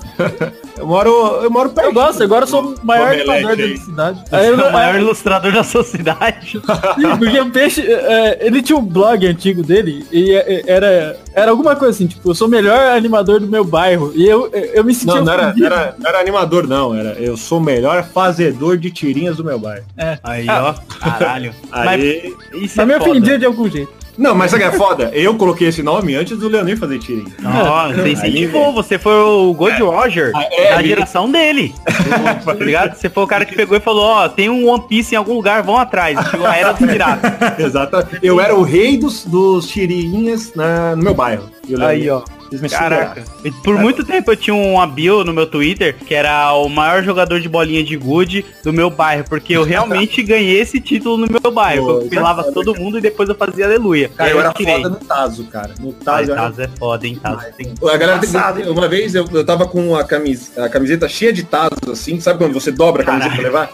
S2: Eu moro, eu moro perto.
S5: eu gosto, agora eu sou o maior
S2: Omelete
S5: iluminador
S2: aí.
S5: da cidade.
S6: Você
S5: Aí
S6: é
S5: eu
S6: o
S5: não-
S6: maior ilustrador da sociedade.
S5: Sim, porque o peixe, é, ele tinha um blog antigo dele e é, é, era, era alguma coisa assim, tipo, eu sou o melhor animador do meu bairro. E eu, é, eu me sentia.
S2: Não, não era,
S5: ofendido.
S2: não era, não era animador, não. Era, eu sou o melhor fazedor de tirinhas do meu bairro.
S5: É.
S6: Aí, ó. Ah, Caralho.
S2: Aí-
S6: Mas isso é
S5: Mas me
S6: foda.
S5: ofendia de algum jeito.
S2: Não, mas sabe o que é foda? Eu coloquei esse nome antes do Leonir fazer tirinha.
S6: Não, você incentivou, você foi o Gold Roger
S2: É,
S6: da
S2: ele-
S6: geração dele. tá ligado? Você foi o cara que pegou e falou, ó, tem um One Piece em algum lugar, vão atrás. Chegou a era do pirata.
S2: Exatamente. Eu era o rei dos, dos tirinhas na, no meu bairro. E o Leonir-
S5: Aí, ó.
S2: eles me
S6: Caraca.
S2: superaram.
S6: E Por muito tempo eu tinha uma bio no meu Twitter, que era o maior jogador de bolinha de good do meu bairro, porque eu realmente ganhei esse título no meu bairro.
S2: Pô,
S6: eu compilava
S2: isso é foda,
S6: todo mundo e depois eu fazia aleluia.
S2: Cara,
S6: Aí
S2: eu era
S6: tirei.
S2: foda no né? Tazo, cara. No
S6: Ai,
S2: Tazo, eu era
S6: Tazo é foda, hein, Tazo. Tem-
S2: A galera tem que... Uma vez eu, eu tava com a, camis... a camiseta cheia de tazos, assim, sabe quando você dobra a camiseta pra levar?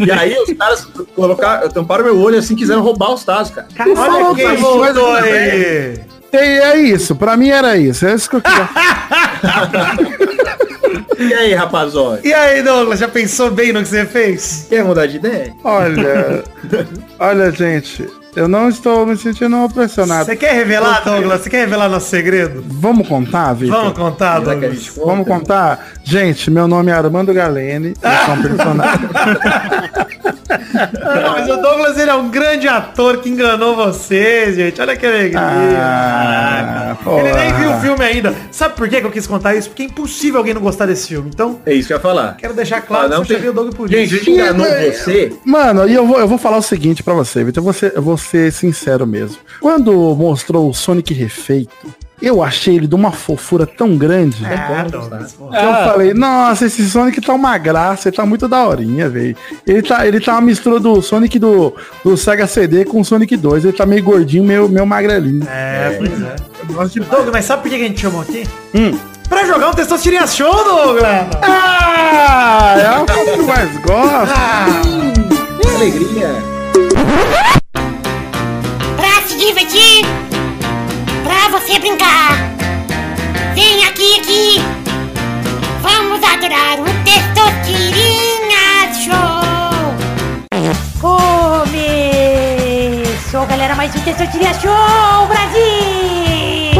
S2: E aí os caras colocaram, tamparam meu olho assim, quiseram roubar os tazos, cara.
S9: Tá
S3: Olha
S4: que
S3: quem
S4: coisa
S3: voltou
S4: linda,
S3: aí.
S4: E é isso, pra mim era isso. É isso que eu queria.
S2: E aí, rapazói?
S3: E aí, Douglas, já pensou bem no que você fez?
S2: Quer mudar de ideia?
S4: Olha, olha, gente, eu não estou me sentindo pressionado.
S3: Você quer revelar, Douglas? Você quer revelar nosso segredo?
S4: Vamos contar, Vitor?
S3: Vamos contar,
S2: Será que a
S3: Douglas.
S2: gente conta?
S4: Vamos contar? Gente, meu nome é Armando Galene. Eu sou um personagem.
S3: Ah, mas o Douglas ele é um grande ator que enganou vocês, gente. Olha que alegria.
S4: Ah,
S3: ele nem
S4: porra.
S3: viu o filme ainda. Sabe por que que eu quis contar isso? Porque é impossível alguém não gostar desse filme. Então,
S2: É isso que eu ia falar.
S3: quero deixar claro
S2: Ah,
S3: que
S2: não
S3: eu chamei
S2: tem-
S3: o Douglas por
S2: Gente, a
S3: isso.
S2: gente enganou você.
S4: Mano, e eu vou, eu vou falar o seguinte pra você, Vitor. Eu, vou ser- eu vou ser sincero mesmo. Quando mostrou o Sonic refeito, eu achei ele de uma fofura tão grande.
S2: É
S3: Ah,
S2: né?
S3: Douglas, pô.
S4: que Eu falei, nossa, esse Sonic tá uma graça, ele tá muito daorinha, velho. Ele tá, ele tá uma mistura do Sonic do, do Sega CD com o Sonic 2. Ele tá meio gordinho, meio, meio magrelinho.
S3: É, pois é. Douglas, mas sabe por que que a gente chamou aqui? Pra jogar um Testosterinha Show, Douglas!
S4: Ah, é o que eu mais
S3: Ah.
S4: gosto.
S2: Alegria.
S10: Pra se divertir, pra você brincar. Vem aqui, aqui. Vamos adorar o Testosterinha Show.
S9: Começou, galera, mais um Testosterinha Show, Brasil!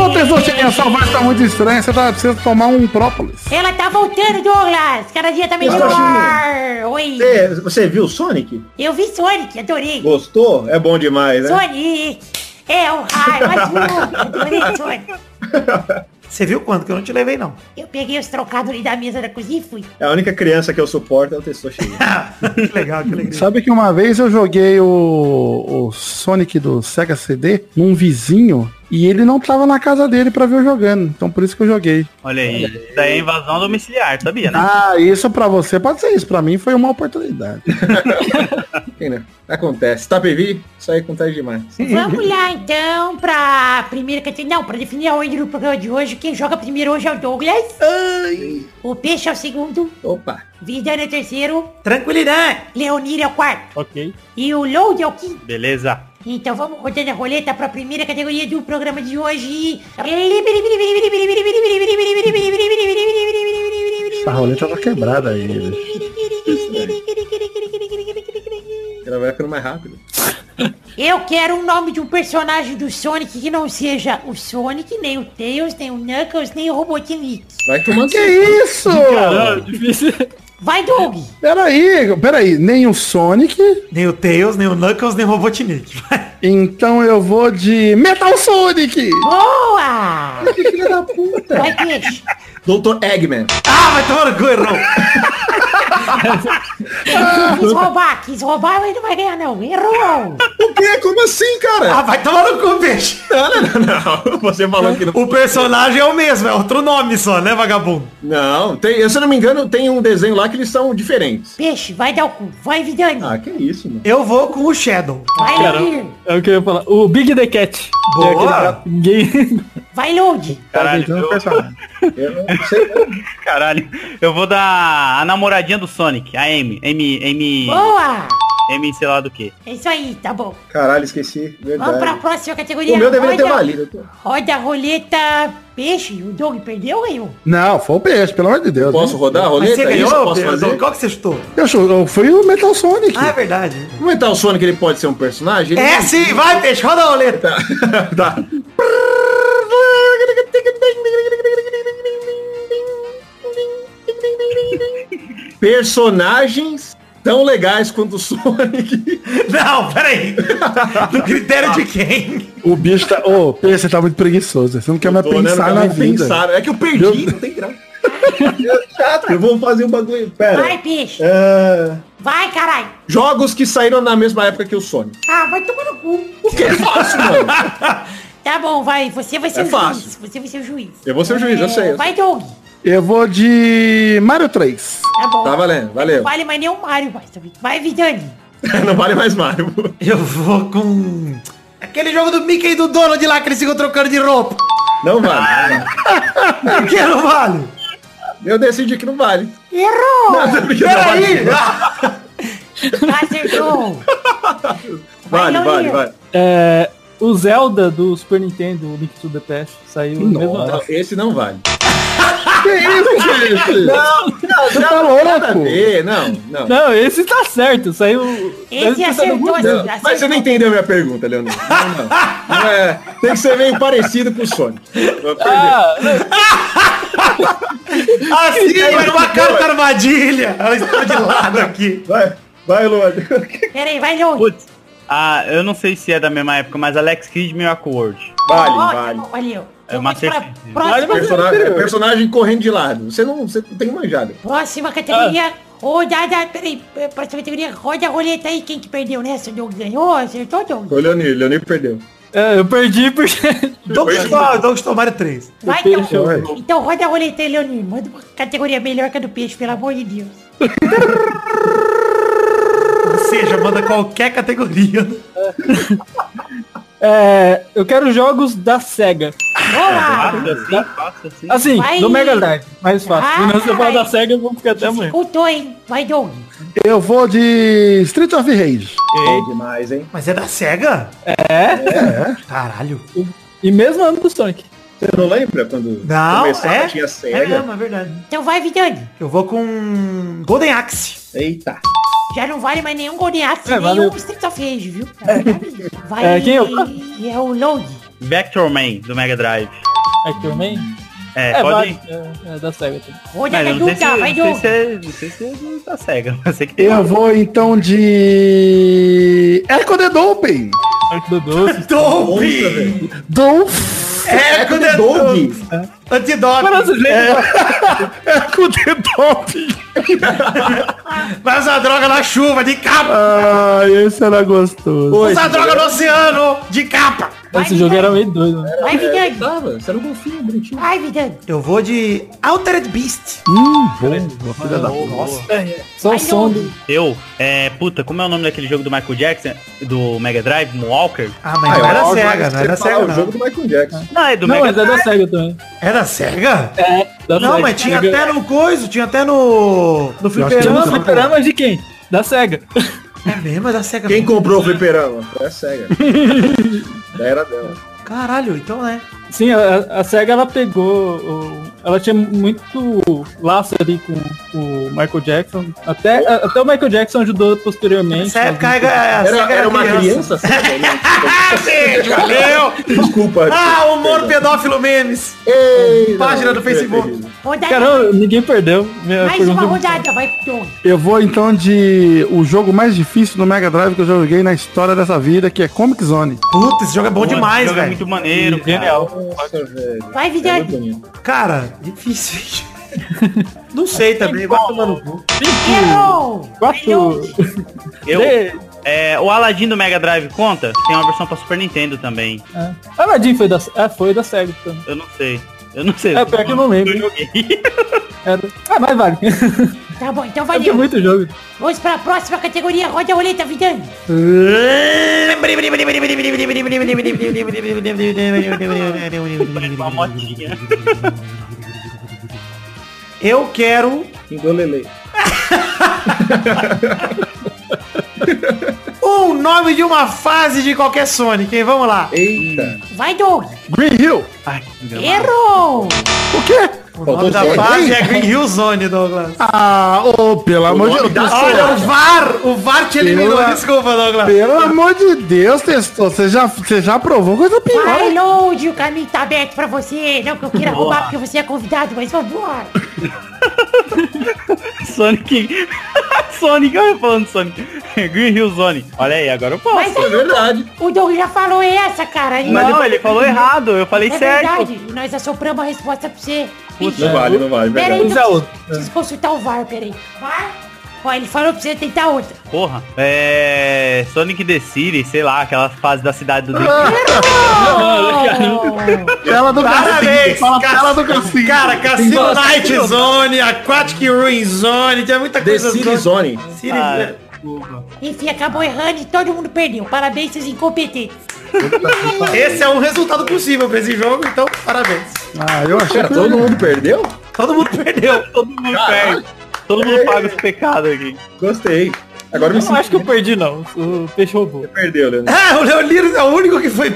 S4: Ô, Testosterinha, sua voz tá muito estranha. Você tá precisando tomar um própolis.
S9: Ela tá voltando, Douglas! Cada dia tá melhor! Oi!
S2: Você, você viu o Sonic?
S9: Eu vi Sonic, adorei!
S2: Gostou? É bom demais, né?
S9: Sonic! É o raio azul! Adorei Sonic!
S3: Você viu quanto que eu não te levei, não?
S9: Eu peguei os trocados ali da mesa da cozinha e fui.
S2: É A única criança que eu suporto é o Testosterinha.
S3: que legal, que legal.
S4: Sabe que uma vez eu joguei o, o Sonic do Sega CD num vizinho e ele não tava na casa dele pra ver eu jogando. Então por isso que eu joguei.
S6: Olha aí, isso daí é invasão domiciliar, sabia, né?
S4: Ah, isso pra você pode ser isso. Pra mim foi uma oportunidade.
S2: Quem não? né? Acontece. Tapevi, isso aí acontece demais.
S9: Vamos lá então pra primeira categoria. Não, pra definir a ordem do programa de hoje. Quem joga primeiro hoje é o Douglas. O Peixe é o segundo.
S2: Opa.
S9: Vidano é o terceiro.
S3: Tranquilidade!
S9: Leonir é o quarto.
S5: Ok.
S9: E o Load é o quinto.
S6: Beleza.
S9: Então vamos rodando a roleta pra primeira categoria do programa de hoje.
S4: Essa roleta tá quebrada aí, bicho.
S9: tá
S2: Ela vai ficando mais rápido.
S9: Eu quero um nome de um personagem do Sonic que não seja o Sonic, nem o Tails, nem o Knuckles, nem o Robotnik.
S2: Vai tomando
S4: Que é isso?
S5: difícil.
S9: Vai, Doug!
S4: Peraí, peraí. Nem o Sonic.
S3: Nem o Tails, nem o Knuckles, nem o Robotnik.
S4: Então eu vou de Metal Sonic.
S9: Boa!
S4: Filha da puta.
S9: Vai, queixo!
S2: Doutor Eggman.
S3: ah, vai tomar no cu, irmão.
S9: Quis roubar, quis roubar, mas não vai ganhar não. Errou!
S2: O quê? Como assim, cara?
S3: Ah, vai tomar no cu, bicho.
S2: não, não, não. Você falou que não.
S3: O personagem é o mesmo, é outro nome só, né, vagabundo?
S2: Não, tem, se eu não me engano, tem um desenho lá que eles são diferentes.
S9: Peixe, vai dar o cu. Vai, Vidani.
S2: Ah, que isso, mano.
S3: Eu vou com o Shadow.
S9: Vai,
S5: Cara,
S9: Almir.
S5: é o que eu ia falar. O Big the Cat.
S3: Boa!
S5: É aquele gato que ninguém...
S9: Vai, Load.
S6: Caralho,
S4: Então,
S6: eu,
S4: pessoal,
S2: Eu não sei.
S6: caralho. Eu vou dar a namoradinha do Sonic, a Amy. Amy, Amy,
S9: Boa!
S6: Amy sei lá do que.
S9: É isso aí, tá bom.
S2: Caralho, esqueci.
S9: Vamos pra
S2: Verdade.
S9: próxima categoria.
S2: O meu deveria ter
S9: Roda-
S2: valido. eu tô-
S9: Roda a roleta. Peixe, o Doug perdeu ou ganhou?
S4: Não, foi o peixe, pelo amor de Deus.
S2: Posso
S4: né?
S2: rodar a
S3: Mas
S2: roleta?
S3: você
S2: É isso
S3: ganhou,
S2: que eu posso
S3: Pedro?
S2: fazer?
S3: Qual que você chutou?
S4: Eu, chu- eu fui o Metal Sonic.
S3: Ah, é verdade.
S2: Como é que tá o Sonic? Ele pode ser um personagem? Ele-
S3: É sim, vai, peixe, roda a roleta.
S2: Tá. tá. Personagens tão legais quanto o Sonic.
S3: Não, peraí. Do critério de quem?
S4: O bicho tá. Ô, peixe, você tá muito preguiçoso. Você não quer mais
S2: Tô, né? Não
S4: pensar
S2: quero
S4: na
S2: nem
S4: vida.
S2: pensar. É que eu perdi,
S4: Eu-
S2: não tem graça. É chato, eu vou fazer um bagulho. Pera.
S9: Vai, peixe.
S2: É,
S9: Vai, caralho.
S2: Jogos que saíram na mesma época que o Sonic.
S9: Ah, vai tomar no cu.
S2: O que eu faço, mano?
S9: Tá bom, vai. Você vai ser
S2: É
S9: o
S2: fácil.
S9: juiz. Você vai ser o juiz.
S2: Eu vou ser o juiz, eu sei, eu
S9: Vai, Doug.
S4: Eu vou de Mario 3.
S9: Tá bom.
S2: Tá valendo, valeu.
S9: Não vale mais nem o Mario, mais, tá vendo? Vai, Vidani.
S2: Não vale mais Mario.
S3: Eu vou com... Aquele jogo do Mickey e do Donald lá que eles ficam trocando de roupa.
S2: Não vale. não vale.
S3: Por que não vale?
S2: Eu decidi que não vale.
S9: Errou!
S2: Não, porque não vale.
S3: Peraí. Ah,
S9: Acertou!
S2: Vale, vale, vale.
S5: É, o Zelda do Super Nintendo, o Link to the Past, saiu no mesmo
S2: Não, esse não vale.
S4: Que isso, peixe?
S2: Não, não,
S4: Você tá louco?
S2: não, não.
S5: Não, esse tá certo, saiu...
S9: Esse
S5: tá saindo
S9: acertou,
S5: muito
S9: esse
S5: bem.
S2: Não, mas você não entendeu a minha pergunta, Leonardo. Não, não. Não é, tem que ser meio parecido com o Sonic. Vou perder.
S5: Ah,
S3: Assim, era uma carta armadilha. Ela está de lado aqui.
S2: Vai, vai, Luan.
S9: Pera aí, vai, Doug.
S6: Putz, ah, eu não sei se é da mesma época, mas Alex Kidd e Miracle World.
S2: Vale,
S9: Ótimo,
S2: vale.
S9: Valeu.
S6: É uma
S9: Vamos pra
S6: certeza.
S5: Vale,
S9: próxima,
S5: mas-
S2: Personagem, é personagem correndo de lado. Você não, você não tem manjada.
S9: próxima categoria. Rodada, peraí, é, próxima categoria, roda a roleta aí, quem que perdeu nessa? O Doug ganhou, acertou, Doug?
S2: Foi o Leonir, Leonir perdeu.
S5: é, eu perdi porque...
S3: Donkey Kong, Donkey Kong Mario 3.
S9: Vai,
S5: peixe
S9: então.
S5: é
S9: Então roda a roleta aí, Leonir, manda uma categoria melhor que a do peixe, pelo amor de Deus.
S3: Ou seja, manda qualquer categoria.
S5: É, eu quero jogos da SEGA.
S9: Boa!
S6: Fácil assim, fácil assim.
S5: Assim,
S9: Vai.
S5: do Mega Drive, mais fácil.
S9: Ah,
S5: Se não, se eu falar da
S9: vai.
S5: SEGA, eu vou ficar até amanhã.
S9: Dificultou, hein? Vai, Doug.
S4: Eu vou de Street of Rage.
S2: Bom demais, hein?
S3: Mas é da SEGA?
S5: É,
S3: Caralho.
S5: e mesmo ano do Sonic.
S2: Você não lembra quando
S3: Não,
S2: começava
S3: é.
S2: tinha
S3: É
S2: SEGA?
S3: mesmo, é verdade.
S9: Então vai, Vidani.
S3: Eu vou com Golden Axe.
S2: Eita.
S9: Já não vale mais nenhum Golden Axe,
S5: É,
S9: nenhum
S5: valeu.
S9: Street of Rage, viu? Maravilha. Vai,
S5: É, quem é o-
S9: é o Load.
S6: Vector Man do Mega Drive.
S5: Actor Man?
S6: É,
S5: É,
S6: pode.
S5: vai. É, é da SEGA também.
S9: Roda
S6: Mas
S9: a
S6: eu não sei se,
S9: luta, vai,
S6: não
S9: Doug.
S6: sei se, é- não sei se é da SEGA, mas sei que tem.
S4: Eu vou então de. Echo the Dolphin.
S5: Parte do Doce.
S3: Então, Dope!
S4: Dolph.
S3: Echo the
S2: Dog.
S5: Parece
S3: Antidote.
S5: gente.
S4: Echo the Dolphin.
S3: Vai usar droga na chuva, de capa.
S4: Ai, esse era gostoso.
S2: Oi,
S3: Usar droga no oceano, de capa.
S5: Esse jogo era meio doido, né?
S9: Vai, Vidani.
S2: Tava, você era um golfinho bonitinho.
S9: Vai, Vidani.
S3: Eu vou de Altered Beast.
S4: Hum, bom. Filha da Nossa.
S5: Só
S9: Vai,
S5: o som do...
S6: Eu, é, puta, como é o nome daquele jogo do Michael Jackson, do Mega Drive, Moonwalker?
S3: Ah, mas não
S2: eu
S3: era
S2: acho
S3: SEGA,
S2: que
S3: não
S2: você fala
S3: era SEGA
S2: O
S3: não.
S2: jogo do Michael Jackson.
S6: Não, é do
S5: Não,
S6: Mega
S5: mas é da SEGA também.
S3: Era SEGA?
S5: É
S9: É.
S5: Da
S3: Não,
S5: SEGA.
S3: mas tinha
S5: Sega.
S3: até no coiso, tinha até no... No
S4: Eu acho que
S5: Fliperama,
S4: não.
S3: fliperama.
S5: fliperama de quem? Da SEGA.
S3: É mesmo, é da SEGA.
S2: Quem comprou o fliperama? Foi a SEGA. da era dela.
S3: Caralho, então né?
S5: Sim, a, a SEGA ela pegou o- ela tinha muito laço ali com o Michael Jackson. Até, a- até o Michael Jackson ajudou posteriormente.
S3: Essa época era-
S5: Era-
S3: essa época
S2: era uma criança? assim.
S3: Ah, gente, valeu!
S2: Desculpa.
S3: Ah, o humor pedófilo memes. Página do Facebook.
S9: Rodada.
S5: Caramba, um ninguém perdeu. Minha
S9: mais
S5: pergunta-
S9: uma rodada, vai, Tom.
S4: Eu vou então de o jogo mais difícil do Mega Drive que eu já joguei na história dessa vida, que é Comic Zone.
S3: Puta, esse jogo é bom demais,
S6: Jogo é
S3: velho.
S6: muito maneiro, cara.
S5: Genial.
S9: Vai,
S2: Era
S9: Vidani.
S2: bonito.
S3: Cara, difícil. Não sei
S6: É
S3: também, vai tomar no cu.
S9: Errou!
S5: Quatro.
S6: Eu,
S5: De-
S6: é, o Aladdin do Mega Drive conta? Tem uma versão pra Super Nintendo também.
S5: É. Aladdin foi da, ah, foi da SEGA também.
S6: Eu não sei. Eu não sei.
S5: É, pior que eu não lembro.
S6: Eu joguei.
S5: Era... Ah, mas vale.
S9: Tá bom, então
S5: Tinha
S9: valeu.
S5: É muito jogo.
S9: Vamos para a próxima categoria. Roda a roleta, Vidani.
S6: Uma motinha.
S3: Eu quero
S2: Engolelei.
S3: um nome de uma fase de qualquer Sonic, hein? Vamos lá.
S2: Eita.
S9: Vai, Doug.
S4: Green Hill.
S9: Errou!
S4: O quê?
S3: O nome da
S2: Sonic.
S3: fase é Green Hill Zone, Douglas.
S4: Ah, ô, pelo amor de
S2: nome da
S4: Deus.
S3: Olha, o
S4: Olha,
S3: VAR! O VAR te eliminou,
S4: Pela-
S3: desculpa, Douglas.
S4: Pelo amor de Deus, Testor. Você já, você já provou coisa pior.
S9: Vai, Load, o caminho tá aberto pra você. Não que eu queira roubar porque você é convidado, mas vambora.
S6: Sonic. Sonic, olha eu falando Sonic. Green Hill Zone. Olha aí, agora eu posso.
S9: Mas aí,
S2: é Verdade.
S9: o Doug já falou "É, essa, cara. E
S6: não, ele falou errado. Eu falei
S9: é
S6: certo.
S9: verdade. E nós assopramos a resposta pra você.
S2: Não vale, não vale.
S9: Pera aí,
S2: é Verdade.
S5: Vamos a
S9: preciso,
S5: outra.
S9: preciso consultar o VAR, peraí. VAR? Ó, ele falou pra você tentar outra.
S6: Porra. É. Sonic the City, sei lá, aquelas fases da cidade do.
S4: Tela do
S3: Parabéns!
S4: cacete. Fala tela do
S3: Cassino.
S4: cacete.
S3: Cara, Cassino
S2: Nossa,
S3: Night
S2: que
S3: Zone, Aquatic Ruin Zone, tinha muita
S2: The
S3: coisa.
S2: City Zone.
S3: City-
S6: Ah,
S9: Enfim, acabou errando e todo mundo perdeu. Parabéns, seus incompetentes.
S3: Esse é um resultado possível pra esse jogo, então parabéns.
S4: Ah, eu achei
S2: Cara,
S4: que
S2: todo mundo perdeu?
S3: Todo mundo perdeu.
S6: todo mundo perde. Todo mundo paga os pecados aqui.
S2: Gostei. Agora me
S5: Eu não
S2: sinto
S5: acho que eu perdi, não. O peixe roubou.
S2: que perdeu, Leandro.
S3: Ah, o Leoliro é o único que foi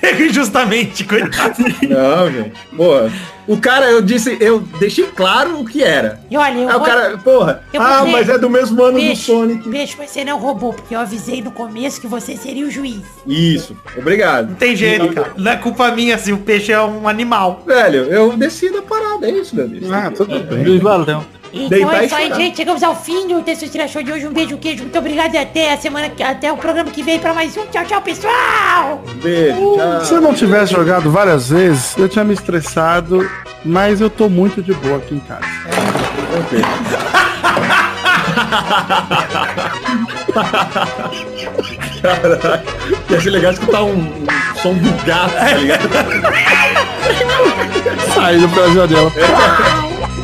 S3: pego injustamente, coitado.
S2: Não, gente. Porra. O cara, eu disse, eu deixei claro o que era.
S9: E olha, eu
S2: Aí Ah, o
S9: vou-
S2: cara, porra,
S9: Eu
S2: ah,
S9: vou ver.
S2: mas é do mesmo ano do
S9: Peixe,
S2: Sonic.
S9: peixe, mas você não roubou, porque eu avisei no começo que você seria o juiz.
S2: Isso, obrigado.
S3: Não tem jeito, cara. Não é culpa minha se o peixe é um animal.
S2: Velho, eu desci da parada, é isso, Leandro.
S4: Ah, tudo bem.
S5: Luiz Valão.
S9: Então
S2: Deitar
S9: é
S2: e
S9: isso aí,
S2: chorar.
S9: gente. Chegamos ao fim do Texto Tirachou de hoje. Um beijo, um queijo. Muito obrigado e até a semana, que- até o programa que vem pra mais um. Tchau, tchau, pessoal!
S2: Beijo, tchau.
S4: Se eu não tivesse jogado várias vezes, eu tinha me estressado, mas eu tô muito de boa aqui em casa.
S2: Ia ser legal escutar um, um som do gato, tá ligado?
S4: Saí do Brasil dela.
S9: Tchau,